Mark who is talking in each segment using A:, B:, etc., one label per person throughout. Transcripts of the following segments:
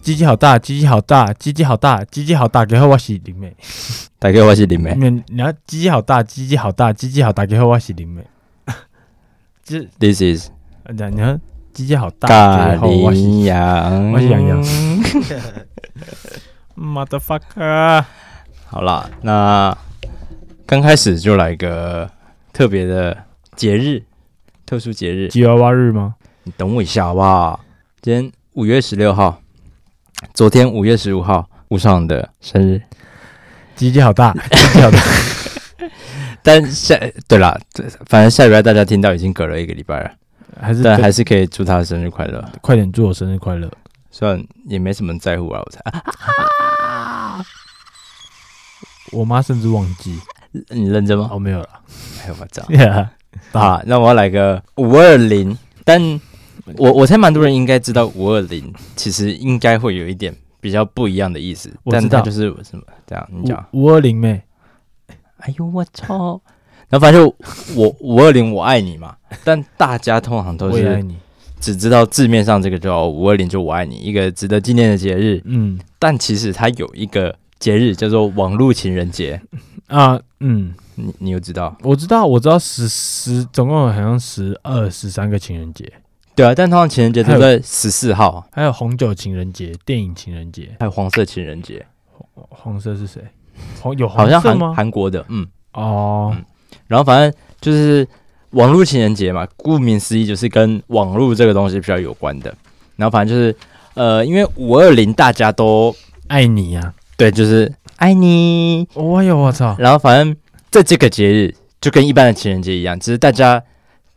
A: 鸡鸡好大，鸡鸡好大，鸡鸡好大，鸡鸡好大，给后我是林妹。
B: 大概我是林妹，
A: 你你要鸡鸡好大，鸡鸡好大，鸡鸡好大，给后我是林妹。这
B: This is
A: 呃你看鸡鸡好大，
B: 咖
A: 给后我是
B: 喱羊，
A: 我是羊羊。motherfucker。
B: 好啦，那刚开始就来个特别的节日，特殊节日，
A: 吉娃娃日吗？
B: 你等我一下好不好？今天五月十六号，昨天五月十五号，吴尚的生日。
A: 鸡鸡好大，鸡鸡好大。
B: 但下对啦，对反正下礼拜大家听到已经隔了一个礼拜了，
A: 还是
B: 但还是可以祝他生日快乐。
A: 快点祝我生日快乐。
B: 虽然也没什么人在乎啊，我猜。啊
A: 我妈甚至忘记，
B: 你认真吗？
A: 哦，没有了。
B: 哎呦我操！
A: Yeah，
B: 啊，那我要来个五二零，但我我猜蛮多人应该知道五二零，其实应该会有一点比较不一样的意思，
A: 我
B: 但
A: 知
B: 它
A: 道
B: 就是什么这样，你讲，
A: 五五二零妹，
B: 哎呦我操， 然后反正就我五二零我爱你嘛，但大家通常都
A: 我也爱
B: 是
A: 你。
B: 只知道字面上这个叫五二零就我爱你，一个值得纪念的节日，
A: 嗯
B: 但其实它有一个节日叫做网络情人节，
A: 啊，嗯，
B: 你你又知道？
A: 我知道，我知道十十总共有好像十二十三个情人节，
B: 对啊，但通常情人节都在十四号，
A: 还有红酒情人节、电影情人节。
B: 还有黄色情人节，
A: 黄色是谁？黄有
B: 好
A: 黄
B: 像
A: 色
B: 韩
A: 吗？
B: 韩国的，嗯。
A: 哦，
B: 然后反正就是网络情人节嘛，顾名思义就是跟网络这个东西比较有关的。然后反正就是呃，因为五二零大家都
A: 爱你啊呀！
B: 对，就是爱你。
A: 哦呦，我操！
B: 然后反正在这个节日就跟一般的情人节一样，只是大家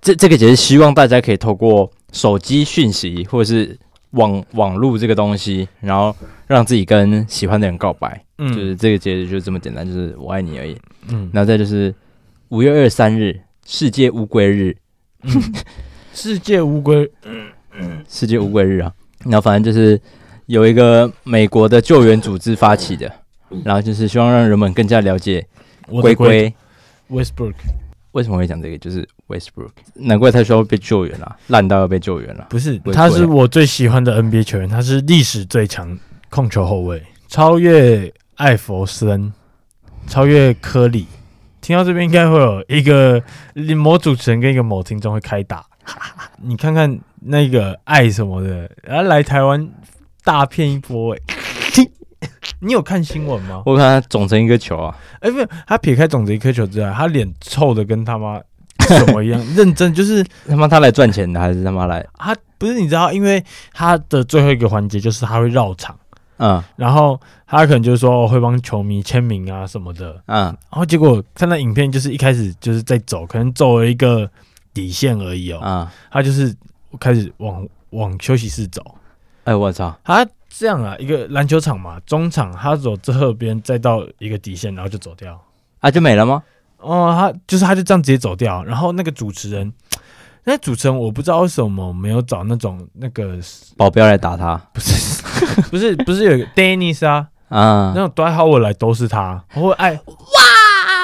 B: 这这个节日希望大家可以透过手机讯息或者是网网络这个东西，然后让自己跟喜欢的人告白，
A: 嗯，
B: 就是这个节日就是这么简单，就是我爱你而已。
A: 嗯，
B: 然后再就是五月二十三日世界乌龟日，
A: 世界乌龟
B: 世界乌龟日啊。然后反正就是有一个美国的救援组织发起的，然后就是希望让人们更加了解
A: 我
B: 龟
A: 的
B: 龟。
A: Westbrook
B: 为什么会讲这个？就是 Westbrook，难怪他需要被救援了，烂到要被救援了。啊
A: 不是，
B: 龟
A: 他是我最喜欢的 NBA 球员，他是历史最强控球后卫，超越艾弗森，超越科里。听到这边应该会有一个某主持人跟一个某听众会开打， 你看看那个爱什么的，然后来台湾大骗一波哎、 你有看新闻吗？
B: 我看他肿成一个球啊，
A: 哎、不是，他撇开种子一颗球之外，他脸臭的跟他妈什么一样，认真就是
B: 他妈他来赚钱的还是他妈来？
A: 他不是你知道，因为他的最后一个环节就是他会绕场，
B: 嗯
A: 然后他可能就是说、哦会帮球迷签名啊什么的，
B: 嗯，
A: 然后结果看到影片就是一开始就是在走，可能走了一个底线而已哦，
B: 啊！
A: 他就是开始往往休息室走，
B: 哎、我操！
A: 他这样啊，一个篮球场嘛，中场他走这边再到一个底线，然后就走掉。
B: 啊，就没了吗？
A: 哦，他就是他就这样直接走掉，然后那个主持人，那主持人我不知道为什么没有找那种那个
B: 保镖来打他
A: 不是 不是不是有一 个 Dennis 啊，
B: 啊
A: 那！种 d w i g h o w a 来都是他，我会爱哇。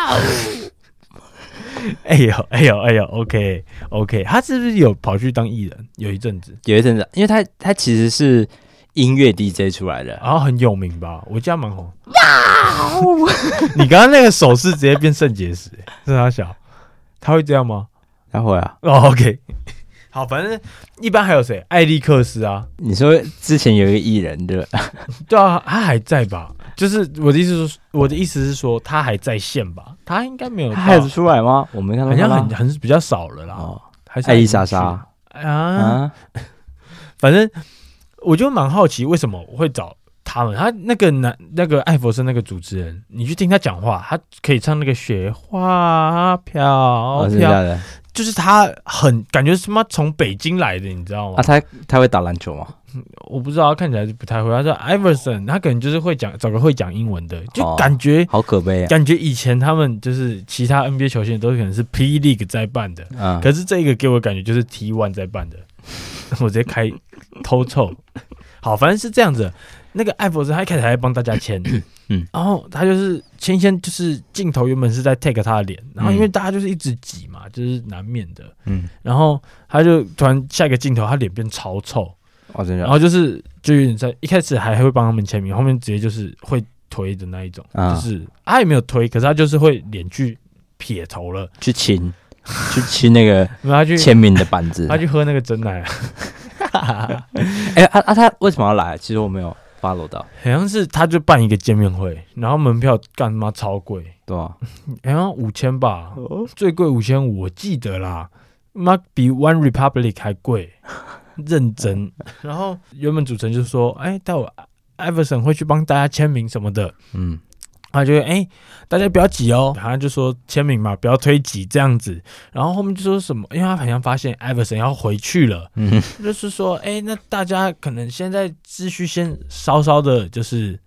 A: 哦哎呦，哎呦，哎呦，OK，OK，、他是不是有跑去当艺人？有一阵子，
B: 有一阵子，因为他他其实是音乐 DJ 出来的，
A: 然后很有名吧？我记得他蛮红。哦你刚刚那个手势直接变肾结石，欸是他小，他会这样吗？
B: 然后啊，
A: 哦，OK，好，反正一般还有谁？艾利克斯啊，
B: 你说之前有一个艺人对吧？
A: 对啊，他还在吧？就是我的意思是说，我的意思是说，他还在线吧？他应该没有
B: 他
A: 到，
B: 还不出来吗？我没看到
A: 好
B: 他
A: 像
B: 啦，
A: 很很比较少了啦。
B: 哦，
A: 还是
B: 艾丽莎莎
A: 啊，
B: 啊，
A: 反正我就蛮好奇，为什么我会找他们？他那个男那个艾弗森那个主持人，你去听他讲话，他可以唱那个雪花飘
B: 哦，是这
A: 飘，
B: 样的
A: 就是他很感觉是妈从北京来的，你知道吗
B: 啊，？他他会打篮球吗？
A: 我不知道，看起来是不太会。他说 Iverson，他可能就是会讲，找个会讲英文的，就
B: 哦
A: 感觉、
B: 好可悲啊！
A: 感觉以前他们就是其他 NBA 球星都可能是 P League 在办的，
B: 嗯，
A: 可是这个给我感觉就是 T One 在办的， 我直接开偷臭。好，反正是这样子。那个艾弗森他一开始还在帮大家签，
B: 嗯
A: 然后他就是签签，就是镜头原本是在 take 他的脸，然后因为大家就是一直挤嘛，就是难免的，
B: 嗯
A: 然后他就突然下一个镜头，他脸变超臭，
B: 哦，真的
A: 然
B: 假的，
A: 后就是就有点在一开始还会帮他们签名，后面直接就是会推的那一种，
B: 啊
A: 就是他也没有推，可是他就是会脸去撇头了，
B: 去 亲，去亲那个
A: 然后他去
B: 签名的板子。
A: 他去喝那个真奶，
B: 哎啊啊，他为什么要来？其实我没有 follow 到，
A: 好像是他就办一个见面会，然后门票干他妈超贵，
B: 对吧？
A: 好像五千吧，最贵五千五，我记得啦，妈比 One Republic 还贵，认 真。然后原本主持人就说，哎，待会 Everson 会去帮大家签名什么的，
B: 嗯，
A: 他就哎、大家不要挤哦，他就说签名嘛，不要推挤这样子。然后后面就说什么，因为他好像发现 Everson 要回去了，
B: 嗯，
A: 就是说，哎、那大家可能现在秩序先稍稍的，就是，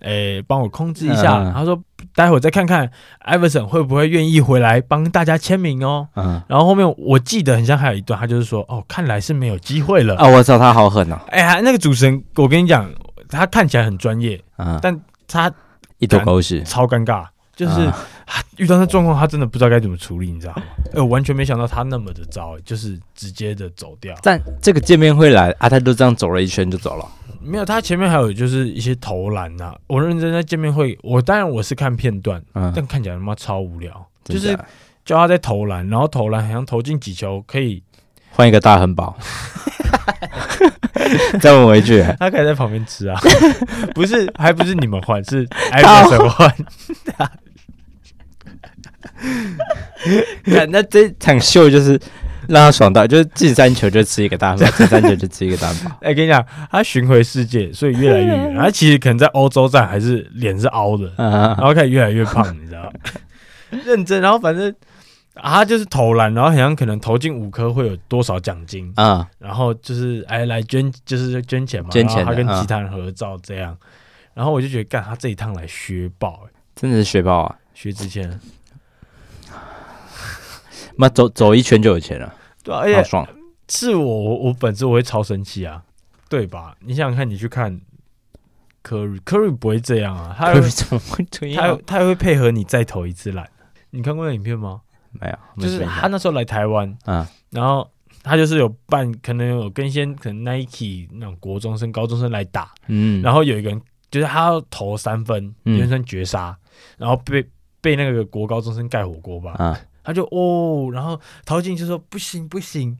A: 哎、帮我控制一下。
B: 嗯
A: 他说，待会儿再看看 Iverson 会不会愿意回来帮大家签名哦。
B: 嗯
A: 然后后面我记得很像还有一段，他就是说，哦，看来是没有机会了。
B: 啊，我知道他好狠哦，
A: 哎、呀，那个主持人，我跟你讲，他看起来很专业，
B: 啊，
A: 但他
B: 一坨狗屎，
A: 超尴尬，就是、
B: 啊
A: 啊遇到那状况，他真的不知道该怎么处理，你知道吗？哎、我完全没想到他那么的糟，就是直接的走掉。
B: 但这个见面会来啊，他就这样走了一圈就走了。
A: 没有，他前面还有就是一些投篮呐、我认真在见面会，我当然我是看片段，
B: 嗯，
A: 但看起来他妈超无聊，就
B: 真假
A: 是
B: 的
A: 叫他在投篮，然后投篮好像投进几球可以，
B: 换一个大汉堡。 再问我一句，
A: 他可以在旁边吃啊， 不是，还不是你们换， 是艾弗森换，
B: 看那这场秀就是让他爽到，就是进三球就吃一个大汉堡，进三球就吃一个大汉 堡。
A: 哎、跟你讲，他巡回世界，所以越来越远， 他其实可能在欧洲站还是脸是凹的，
B: 嗯
A: 然后开始越来越胖，你知道吗？ 认真，然后反正啊，他就是投篮，然后好像可能投进五颗会有多少奖金，
B: 啊，
A: 然后就是哎来捐，就是捐钱嘛，
B: 捐钱的
A: 然后他跟
B: 嗯
A: 其他人合照这样，然后我就觉得干他这一趟来削爆、欸，
B: 真的是雪豹啊！
A: 薛之谦，
B: 妈走走一圈就有钱了，
A: 对啊、而
B: 好
A: 且
B: 爽。
A: 是我我我本身我会超生气啊，对吧？你想想看，你去看科瑞，科瑞不会这样啊，他
B: 可是怎么会这
A: 他
B: 样？
A: 他会配合你再投一次篮，你看过那影片吗？
B: 没有，没
A: 就是
B: 没
A: 他那时候来台湾，
B: 嗯
A: 然后他就是有办，可能有跟一些可能 Nike 那种国中生、高中生来打，
B: 嗯，
A: 然后有一个人就是他要投三分，
B: 嗯
A: 有人算绝杀，然后被被那个国高中生盖火锅吧，
B: 啊，
A: 他就哦，然后陶晶莹就说不行不行。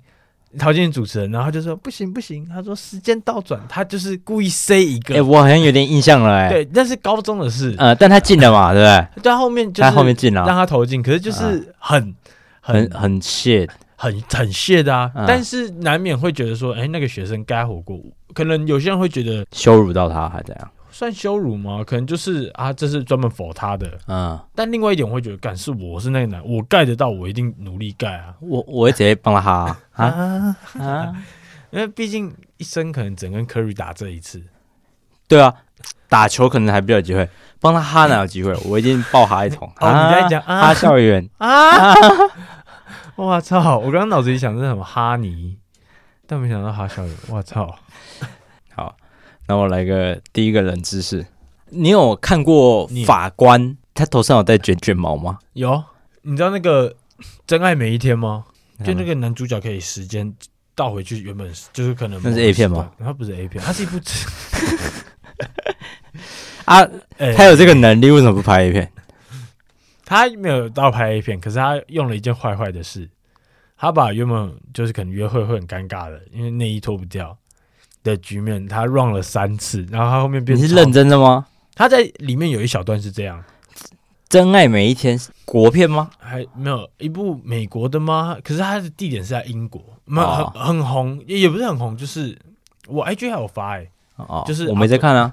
A: 陶晶莹主持人，然后他就说不行不行，他说时间倒转，他就是故意塞一个，
B: 哎，我好像有点印象了，哎，
A: 对，那是高中的事，
B: 呃，但他进了嘛，对不对？
A: 但后面就是
B: 他后面进
A: 让
B: 了，
A: 他投进，可是就是很、
B: 很很谢，
A: 很很屑的啊，
B: 嗯
A: 但是难免会觉得说，哎、那个学生该火锅，可能有些人会觉得
B: 羞辱到他还怎样？
A: 算羞辱吗？可能就是啊，这是专门否他的。
B: 嗯，
A: 但另外一点，我会觉得，干是我是那个男，我盖得到，我一定努力盖啊
B: 我我会直接帮他啊啊
A: 啊！
B: 啊！
A: 因为毕竟一生可能只能跟 Curry 打这一次，
B: 对啊，打球可能还比较有机会，帮他哈哪有机会？我已经爆哈一桶。
A: 哦你在讲啊
B: 哈校园
A: 啊！我操！我刚刚脑子里想的是什么哈尼，但没想到哈小雨，我操！
B: 好，那我来个第一个冷知识，你有看过
A: 你
B: 法官他头上有戴卷卷毛吗？
A: 有，你知道那个《真爱每一天》吗？
B: 嗯
A: 就那个男主角可以时间倒回去，原本是就是可能
B: 那
A: 某
B: 是
A: 个
B: A
A: 时
B: 片吗
A: 段？它不是 A 片，它是一 部
B: 啊，
A: 哎，
B: 他有这个能力，为什么不拍 A 片？
A: 他没有到拍 A 片，可是他用了一件坏坏的事，他把原本就是可能约会会很尴尬的，因为内衣脱不掉的局面，他 run 了三次，然后他后面
B: 你
A: 变
B: 是
A: 超
B: 认，真的吗？
A: 他在里面有一小段是这样，
B: 真爱每一天是国片吗？
A: 还没有一部美国的吗？可是他的地点是在英国，没有很、
B: 哦
A: 很红，也也不是很红，就是我 IG 还有发哎、
B: 哦，
A: 就是
B: 我没在看啊。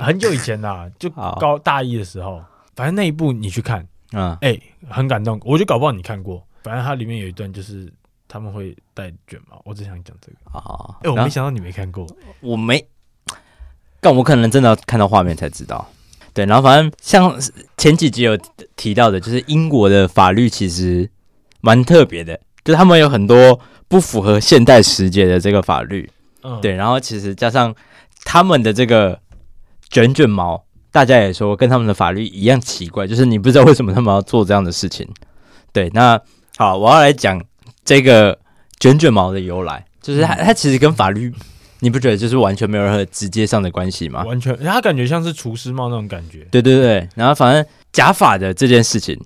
A: 很久以前啦、就
B: 好
A: 高大一的时候，反正那一部你去看，
B: 嗯，
A: 哎、很感动。我就搞不好你看过，反正它里面有一段就是他们会戴卷毛，我只想讲这个。
B: 哦，
A: 哎、我
B: 然
A: 没
B: 后
A: 想到你没看过，
B: 我没，但我可能真的要看到画面才知道。对，然后反正像前几集有提到的，就是英国的法律其实蛮特别的，就是他们有很多不符合现代时节的这个法律。
A: 嗯，
B: 对，然后其实加上他们的这个卷卷毛，大家也说跟他们的法律一样奇怪，就是你不知道为什么他们要做这样的事情。对，那好，我要来讲这个卷卷毛的由来。就是他他其实跟法律，你不觉得就是完全没有任何直接上的关系吗？
A: 完全，他感觉像是厨师帽那种感觉。
B: 对对对，然后反正假发的这件事情，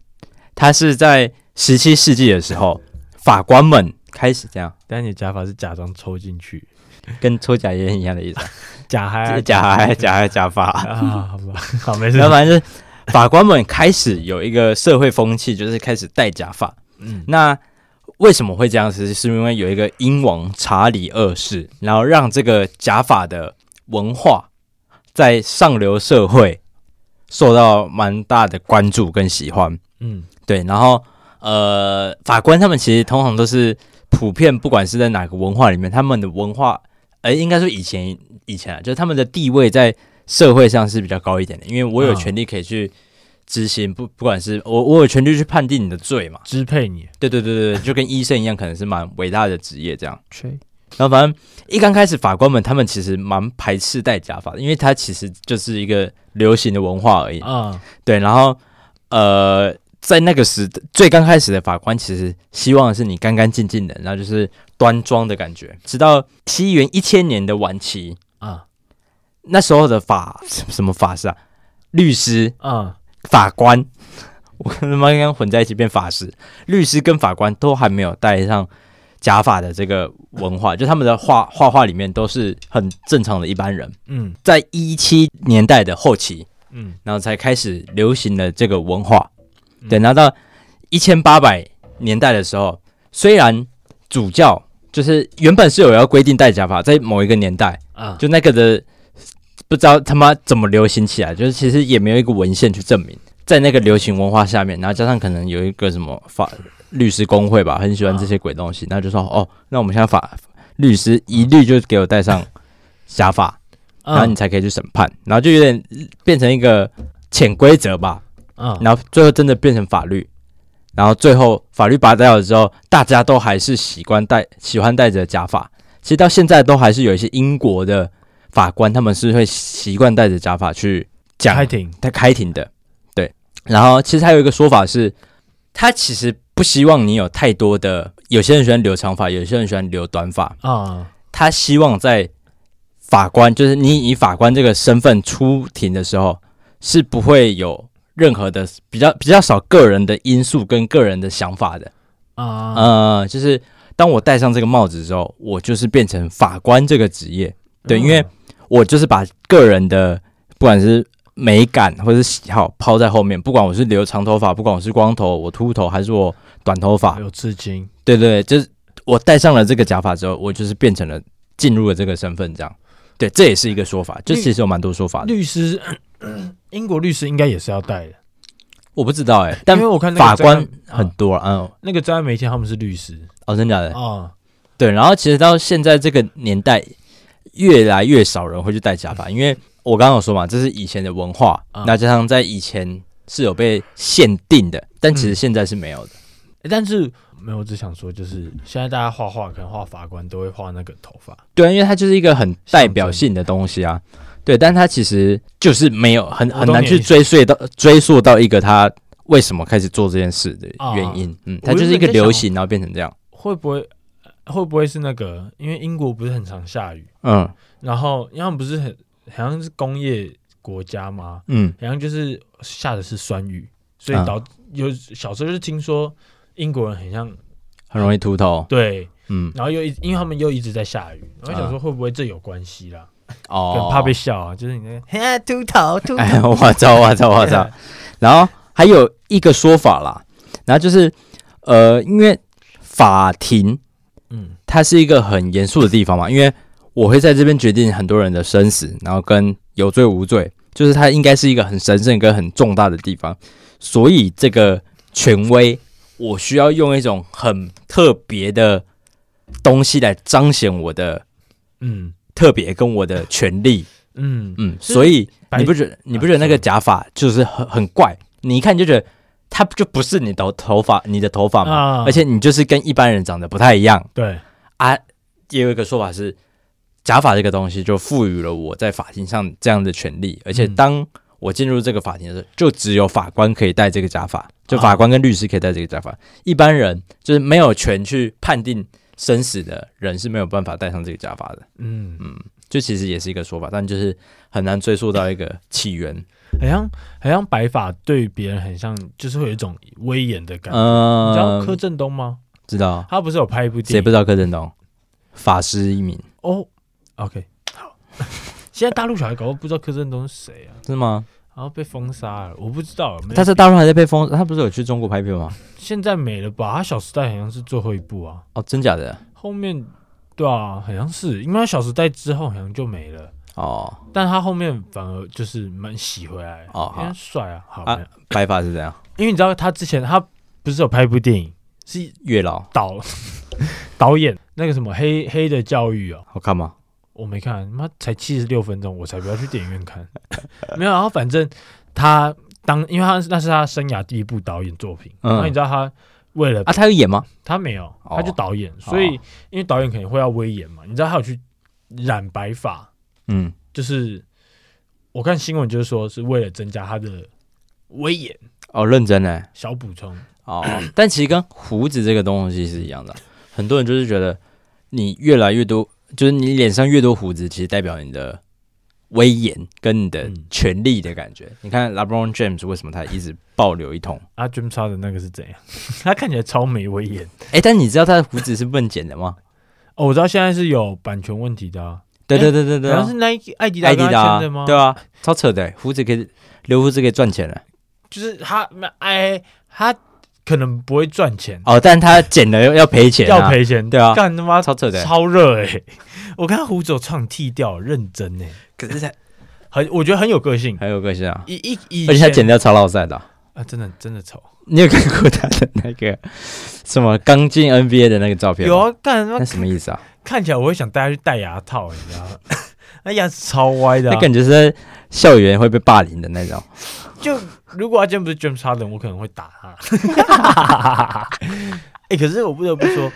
B: 它是在十七世纪的时候，法官们开始这样，
A: 但你的假发是假装抽进去，
B: 跟抽假烟一样的意思，
A: 假嗨啊
B: 假还假还假发，
A: 啊，好吧， 好没事
B: 然。后反正就是法官们开始有一个社会风气，就是开始戴假发。
A: 嗯，
B: 那为什么会这样子？是因为有一个英王查理二世，然后让这个假发的文化在上流社会受到蛮大的关注跟喜欢。
A: 嗯，
B: 对，然后呃，法官他们其实通常都是普遍，不管是在哪个文化里面，他们的文化，呃，应该说以前以前啊，就是他们的地位在社会上是比较高一点的，因为我有
A: 嗯
B: 权利可以去执行，不不管是我我有权利去判定你的罪嘛，
A: 支配你。
B: 对对对对对，就跟医生一样，可能是蛮伟大的职业这样。
A: 吹，
B: 然后反正一刚开始，法官们他们其实蛮排斥戴假发的，因为它其实就是一个流行的文化而已。
A: 啊，
B: 对，然后呃，在那个时最刚开始的法官，其实希望的是你干干净净的，然后就是端庄的感觉。直到西元一千年的晚期，
A: 啊
B: 那时候的法什么法师啊，律师、
A: 啊
B: 法官，我跟他妈刚刚混在一起变法师，律师跟法官都还没有带上。假发的这个文化，就他们的画画画里面都是很正常的一般人，
A: 嗯
B: 在一七年代的后期，
A: 嗯
B: 然后才开始流行了这个文化。
A: 嗯
B: 对，然后到一千八百年代的时候，虽然主教就是原本是有要规定戴假发，在某一个年代，
A: 啊，
B: 就那个的不知道他妈怎么流行起来，就是其实也没有一个文献去证明，在那个流行文化下面，然后加上可能有一个什么法律师工会吧，很
A: 啊
B: 喜欢这些鬼东西，那就说哦，那我们现在法律师一律就给我戴上假发，然后你
A: 嗯
B: 才可以去审判，然后就有点变成一个潜规则吧，
A: 嗯
B: 然后最后真的变成法律，然后最后法律拔掉了之后，大家都还是习惯戴喜欢戴着假发，其实到现在都还是有一些英国的法官他们是会习惯戴着假发去讲
A: 开庭
B: 他开庭的，对。然后其实还有一个说法是，他其实不希望你有太多的，有些人喜欢留长发，有些人喜欢留短发，
A: 啊
B: 他希望在法官，就是你以法官这个身份出庭的时候，是不会有任何的比较比较少个人的因素跟个人的想法的。
A: 啊，
B: 呃，就是当我戴上这个帽子之后，我就是变成法官这个职业，对，因
A: 啊嗯
B: 为我就是把个人的不管是美感或是喜好抛在后面，不管我是留长头发，不管我是光头，我秃头还是我短头发，
A: 有刺青，
B: 对对，对就是我戴上了这个假发之后，我就是变成了进入了这个身份，这样。对，这也是一个说法，就
A: 律
B: 其实有蛮多说法的，
A: 律师， 英国律师应该也是要戴的，
B: 我不知道哎、但
A: 欸因为我看那个
B: 法官
A: 专
B: 很多啊，嗯，
A: 那个专案媒体他们是律师
B: 哦，真假的？
A: 啊，
B: 对，然后其实到现在这个年代，越来越少人会去戴假发，因为我刚刚有说嘛，这是以前的文化，
A: 啊
B: 那加上在以前是有被限定的，但其实
A: 嗯
B: 现在是没有的。
A: 诶但是没有，我只想说就是现在大家画画，可能画法官都会画那个头发，
B: 对啊，因为它就是一个很代表性的东西啊。对，但它其实就是没有很
A: 我
B: 很
A: 懂
B: 难
A: 你
B: 去
A: 意思
B: 追溯到追溯到一个它为什么开始做这件事的
A: 啊
B: 原因。嗯，
A: 我
B: 它就是一
A: 原本
B: 个
A: 在
B: 流
A: 想
B: 行，然后变成这样。
A: 会不会会不会是那个？因为英国不是很常下雨，
B: 嗯
A: 然后因为他们不是很好像是工业国家吗？
B: 嗯，
A: 好像就是下的是酸雨，所以
B: 嗯
A: 导、有小时候就是听说英国人很像
B: 很容易秃头。
A: 对，
B: 嗯
A: 然后又一因为他们又一直在下雨，然后
B: 啊
A: 想说会不会这有关系啦？可
B: 哦
A: 能， 怕被笑啊，就是你那个
C: 嘿，秃头，秃头。
B: 哎，我操我操 我操！然后还有一个说法啦，然后就是呃，因为法庭
A: 嗯
B: 它是一个很严肃的地方嘛，因为我会在这边决定很多人的生死，然后跟有罪无罪，就是它应该是一个很神圣跟很重大的地方，所以这个权威，我需要用一种很特别的东西来彰显我的
A: 嗯
B: 特别跟我的权利，
A: 嗯，
B: 嗯，
A: 是
B: 所以
A: 白
B: 你不觉得你不觉得那个假发就是很很怪？你一看就觉得它就不是你的头发，你的头发嘛，
A: 啊
B: 而且你就是跟一般人长得不太一样。
A: 对
B: 啊，也有一个说法是，假发这个东西就赋予了我在法庭上这样的权利，而且
A: 嗯
B: 当我进入这个法庭的时候，就只有法官可以戴
A: 啊
B: 这个假发，就法官跟律师可以戴这个假发，一般人就是没有权去判定生死的人是没有办法戴上这个假发的。
A: 嗯，
B: 就其实也是一个说法，但就是很难追溯到一个起源。
A: 好像好像白发对别人很像，就是会有一种威严的感觉。你知道
B: 嗯，
A: 柯震东吗？
B: 知道，
A: 他不是有拍一部电
B: 谁
A: 影
B: 不知道柯震东？法师一名
A: 哦？OK，好。 现在大陆小孩搞不好不知道柯震东是谁啊，
B: 是吗？
A: 然后被封杀了，我不知道。没
B: 他在大陆还在被封，他不是有去中国拍片吗？
A: 现在没了吧？他《小时代》好像是最后一部啊，
B: 哦，真假的？
A: 后面对啊，好像是因为《小时代》之后好像就没了，
B: 哦，
A: 但他后面反而就是蛮洗回来
B: 哦好
A: 因为他帅啊，好，
B: 啊
A: 没有
B: 白发是这样，
A: 因为你知道他之前他不是有拍一部电影，是
B: 月老
A: 导导演那个什么黑黑的教育哦，
B: 好看吗？
A: 我没看，妈才七十六分钟，我才不要去电影院 看。没有，然后反正他当，因为他那是他生涯第一部导演作品，
B: 嗯
A: 然后你知道他为了、
B: 啊，他有演吗？
A: 他没有，
B: 哦
A: 他就导演，所以因为导演肯定会要威严嘛，你知道他有去染白发，
B: 嗯，
A: 就是我看新闻就是说是为了增加他的威严，
B: 哦，认真哎，
A: 小补充。
B: 哦， 但其实跟胡子这个东西是一样的，很多人就是觉得你越来越多，就是你脸上越多胡子，其实代表你的威严跟你的
A: 嗯
B: 权力的感觉。你看 LeBron James 为什么他一直爆流一 通？
A: 啊 j i m 的那个是怎样？ 他看起来超没威严。
B: 哎、但你知道他的胡子是不能剪的吗？
A: 哦，我知道现在是有版权问题的、啊，
B: 对对对对对
A: 好像
B: 啊
A: 是，那一艾迪达
B: 艾迪
A: 跟
B: 达
A: 他
B: 啊
A: 签的吗？
B: 对啊，超扯的欸，胡子可以留胡子可以赚钱的
A: 就是他哎，他可能不会赚钱，
B: 哦，但他剪了要要赔钱、啊，
A: 要赔钱，
B: 对啊
A: 干他妈
B: 超扯的欸。
A: 超热哎、我看他胡子有唱剃掉，认真哎、
B: 可是他
A: 很我觉得很有个性，
B: 很有个性啊，
A: 以以以
B: 而且他
A: 前
B: 剪掉超老赛的啊、
A: 啊，真的真的丑，
B: 你有看过他的那个什么刚进 NBA 的那个照片吗
A: 有啊，干他
B: 那
A: 妈
B: 什么意思啊？
A: 看起来我会想带他去戴牙套，你知道吗？ 那牙齿超歪的、
B: 那
A: 啊，
B: 感觉是在校园会被霸凌的那种。
A: 就如果他今天不是 James Harden，我可能会打他。 哎、可是我不得不说，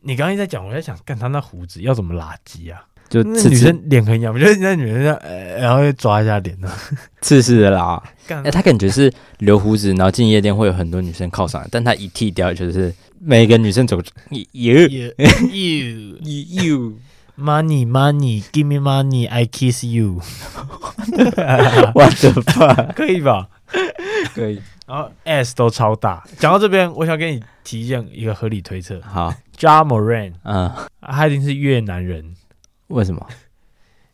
A: 你刚刚在讲，我在想，干他那胡子要怎么拉鸡啊？
B: 就
A: 那
B: 刺
A: 女
B: 刺
A: 生脸很痒，我觉得那女生这样呃，然后又抓一下脸啊呢。
B: 刺刺的啦，
A: 干
B: 哎、他感觉是留胡子，然后进夜店会有很多女生靠上来，但他一剃掉就是每个女生走，you
A: 也 you
B: you
A: money money give me money I kiss you，
B: what the fuck
A: 可以吧？
B: 可以
A: 然后 S 都超大。讲到这边，我想跟你提一件一个合理推测
B: 好，
A: ，Ja Moran
B: 嗯，
A: 啊他一定是越南人，
B: 为什么？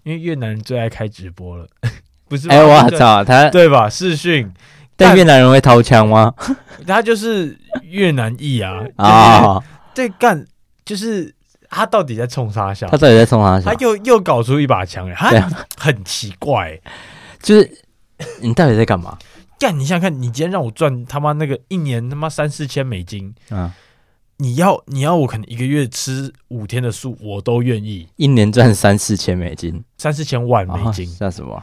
A: 因为越南人最爱开直播了， 不是吗？
B: 哎、我
A: 对
B: 操，他
A: 对吧？视讯，
B: 但越南人会掏枪吗？
A: 他就是越南裔 啊
B: 啊、
A: 对，干就是他到底在冲啥笑
B: 他？到底在冲啥笑
A: 他？又又搞出一把枪哎、
B: 对啊
A: 他很奇怪、欸。
B: 就是你到底在干嘛？
A: 干，你想想看，你今天让我赚他妈那个一年他妈三四千美金，
B: 嗯，
A: 你要你要我可能一个月吃五天的素，我都愿意，
B: 一年赚三四千美金，
A: 三四千万美金
B: 啊。那什么，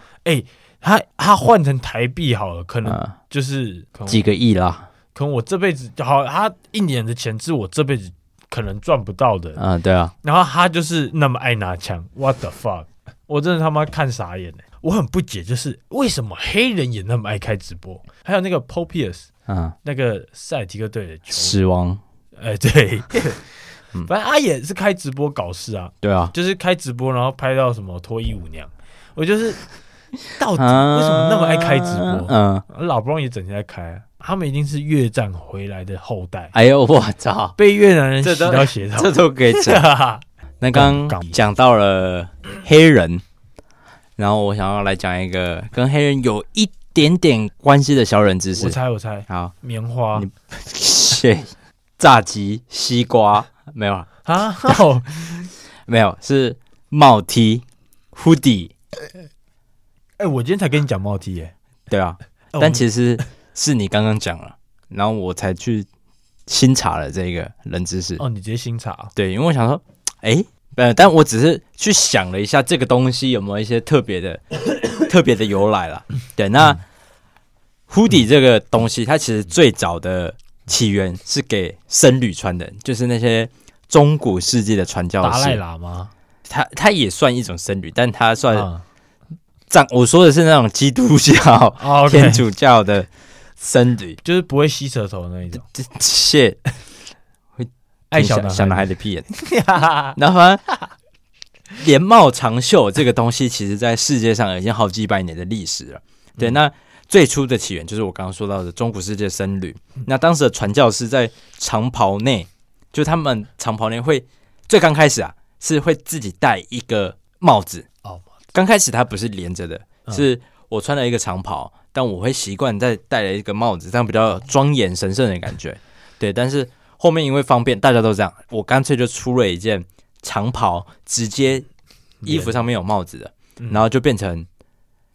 A: 他他换成台币好了，可能
B: 呃，
A: 就是可能
B: 几个亿啦，
A: 可能我这辈子好，他一年的钱是我这辈子可能赚不到的。
B: 嗯，对啊，
A: 然后他就是那么爱拿枪，What the fuck！我真的他妈看傻眼了、我很不解，就是为什么黑人也那么爱开直播？还有那个 Popius
B: 嗯，
A: 那个塞尔提克队的球员
B: 死亡，
A: 哎，对，
B: 嗯
A: 反正他也是开直播搞事啊，
B: 对啊，
A: 就是开直播，然后拍到什么脱衣舞娘，我就是到底
B: 啊
A: 哦为什么那么爱开直播？
B: 嗯，
A: 老布朗也整天在开、啊，他们一定是越战回来的后代，
B: 哎呦，我操，
A: 被越南人
B: 这
A: 洗
B: 都
A: 到血头。
B: 这都可以 扯。那刚刚讲到了黑人，然后我想要来讲一个跟黑人有一点点关系的小人知
A: 我
B: 识。
A: 猜，我猜，
B: 好，
A: 棉花
B: 你谢炸鸡、西瓜没有啊，
A: 啊，哦
B: 没有是帽 T、hoodie，
A: 哎，我今天才跟你讲帽 T 耶，
B: 对啊，
A: 哦
B: 但其实是你刚刚讲了， 然后我才去新查了这个冷知识。
A: 哦，你直接新查啊，
B: 对，因为我想说，哎，呃，但我只是去想了一下这个东西有没有一些特别的、 特别的由来啦。对，那 hoodie 这个东西，它其实最早的起源是给僧侣穿的，就是那些中古世纪的传教
A: 达赖
B: 士，
A: 喇嘛
B: 他他也算一种僧侣，但他算
A: 啊，
B: 藏，我说的是那种基督教、
A: 哦，OK，
B: 天主教的僧侣。
A: 就是不会吸舌头的那一种，
B: 这 shit，会
A: 爱小
B: 小
A: 男
B: 男
A: 孩
B: 孩的 屁眼。然后啊，连帽长袖这个东西，其实在世界上已经好几百年的历史了。
A: 嗯
B: 对，那最初的起源就是我刚刚说到的中古世界僧侣。
A: 嗯
B: 那当时的传教士在长袍内，就他们长袍内会最刚开始啊，是会自己戴一个帽子。
A: 哦，
B: 刚开始它不是连着的，
A: 嗯
B: 是我穿了一个长袍，但我会习惯再戴了一个帽子，这样比较有庄严神圣的感觉。对，但是后面因为方便，大家都这样，我干脆就出了一件长袍，直接衣服上面有帽子的，
A: 嗯
B: 然后就变成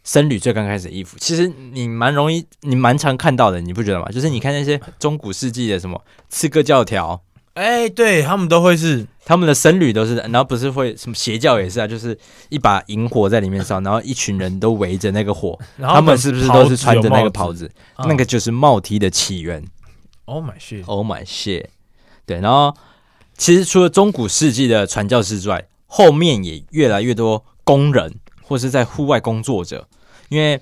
B: 僧侣最刚开始的衣服。其实你蛮容易，你蛮常看到的，你不觉得吗？就是你看那些中古世纪的什么刺客教条，
A: 哎，对他们都会是
B: 他们的僧侣都是，然后不是会什么邪教也是啊，就是一把萤火在里面烧，然后一群人都围着那个火，
A: 然后
B: 他们是不是都是穿着那个
A: 袍
B: 袍
A: 子嗯
B: 子？
A: 有帽子？
B: 那个就是帽 T 的起源。
A: Oh my shit！
B: Oh my shit！对，然后其实除了中古世纪的传教士之外，后面也越来越多工人或是在户外工作者，因为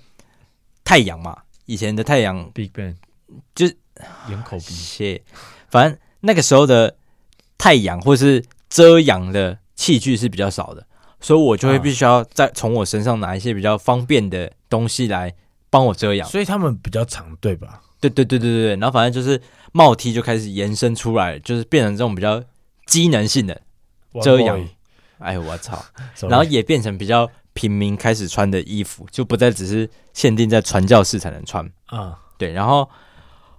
B: 太阳嘛，以前的太阳
A: Big Bang
B: 就是
A: 眼口鼻，
B: 谢，反正那个时候的太阳或是遮阳的器具是比较少的，所以我就会
A: 嗯
B: 必须要再从我身上拿一些比较方便的东西来帮我遮阳。
A: 所以他们比较长，对吧？
B: 对对对对对，对然后反正就是帽 T 就开始延伸出来，就是变成这种比较机能性的。遮阳
A: One boy，
B: 哎呦我操！
A: sorry
B: 然后也变成比较平民开始穿的衣服，就不再只是限定在传教士才能穿。
A: 啊，
B: 对，然后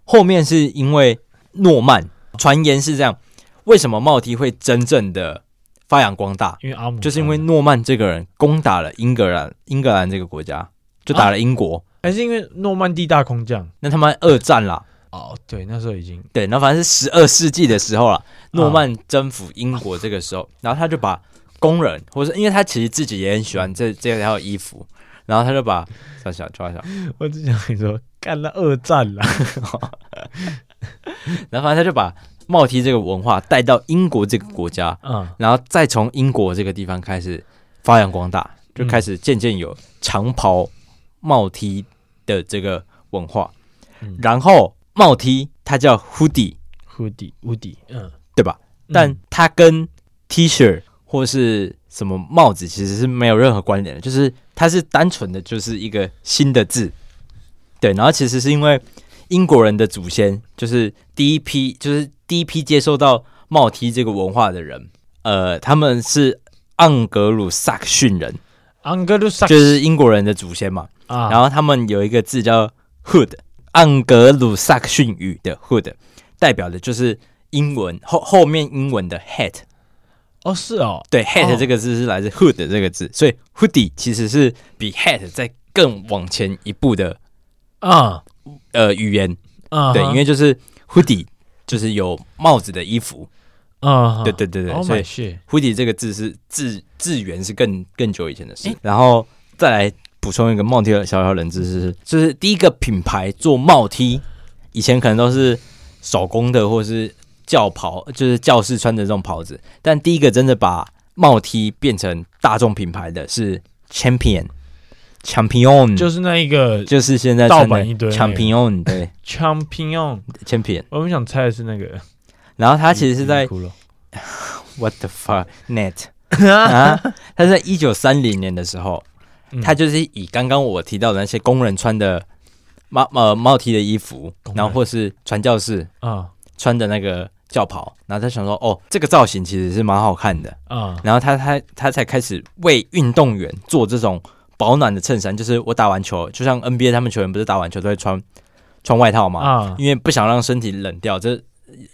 B: 后面是因为诺曼传言是这样，为什么帽 T 会真正的发扬光大，
A: 因为阿姆
B: 就是因为
A: 传
B: 诺曼这个人攻打了英格兰，英格兰这个国家就打了英国，
A: 还是因为诺曼底大空降
B: 那他妈二战啦，
A: 哦，对，那时候已经
B: 对，然后反正是十二世纪的时候啦，诺曼征服英国这个时候，然后他就把工人，或是因为他其实自己也很喜欢这这条衣服，然后他就把小小抓小，
A: 我只想跟你说，干了二战啦，
B: 然后反正他就把帽 T 这个文化带到英国这个国家，
A: 嗯，
B: 然后再从英国这个地方开始发扬光大，就开始渐渐有长袍帽 T 的这个文化。
A: 嗯
B: 然后帽 T 它叫 hoodie，
A: 胡迪无敌，嗯，
B: 对吧？但它跟 T 恤或是什么帽子其实是没有任何关联的，就是它是单纯的就是一个新的字。对，然后其实是因为英国人的祖先就是第一批，就是第一批接受到帽 T 这个文化的人，呃，他们是盎格鲁撒克逊人，
A: 安格鲁萨
B: 就是英国人的祖先嘛。
A: 啊，
B: 然后他们有一个字叫 hood，盎格鲁撒克逊语的 hood，代表的就是英文后后面英文的 hat，
A: 哦是哦，
B: 对
A: 哦
B: hat 这个字是来自 hood 这个字，所以 hoodie 其实是比 hat 再更往前一步的
A: 啊
B: 呃语言，
A: 啊，
B: 对，因为就是 hoodie 就是有帽子的衣服，
A: 啊，
B: 对对对对，
A: ，Oh
B: 所以
A: my shit，
B: hoodie 这个字是字字源是更更久以前的事。然后再来补充一个帽 T 的小小冷知识，就是第一个品牌做帽 T，以前可能都是手工的或是教袍，就是教室穿的这种袍子，但第一个真的把帽 T 变成大众品牌的是 Champion。Champion
A: 就是那一个
B: 嗯就是现在穿
A: 盗
B: 的
A: 版一堆那个
B: Champion 对
A: champion，
B: Champion，
A: 我们想猜的是那个，
B: 然后它其实是在
A: 骷髅
B: What the fuck net 啊？他在一九三零年的时候
A: 嗯，
B: 他就是以刚刚我提到的那些工人穿的帽呃帽 T 的衣服
A: 工，人
B: 然后或是传教士
A: 啊
B: 穿的那个教袍，然后他想说，哦，这个造型其实是蛮好看的，
A: 啊
B: 然后他他他才开始为运动员做这种保暖的衬衫，就是我打完球，就像 NBA 他们球员不是打完球都会穿穿外套嘛，
A: 啊
B: 因为不想让身体冷掉，这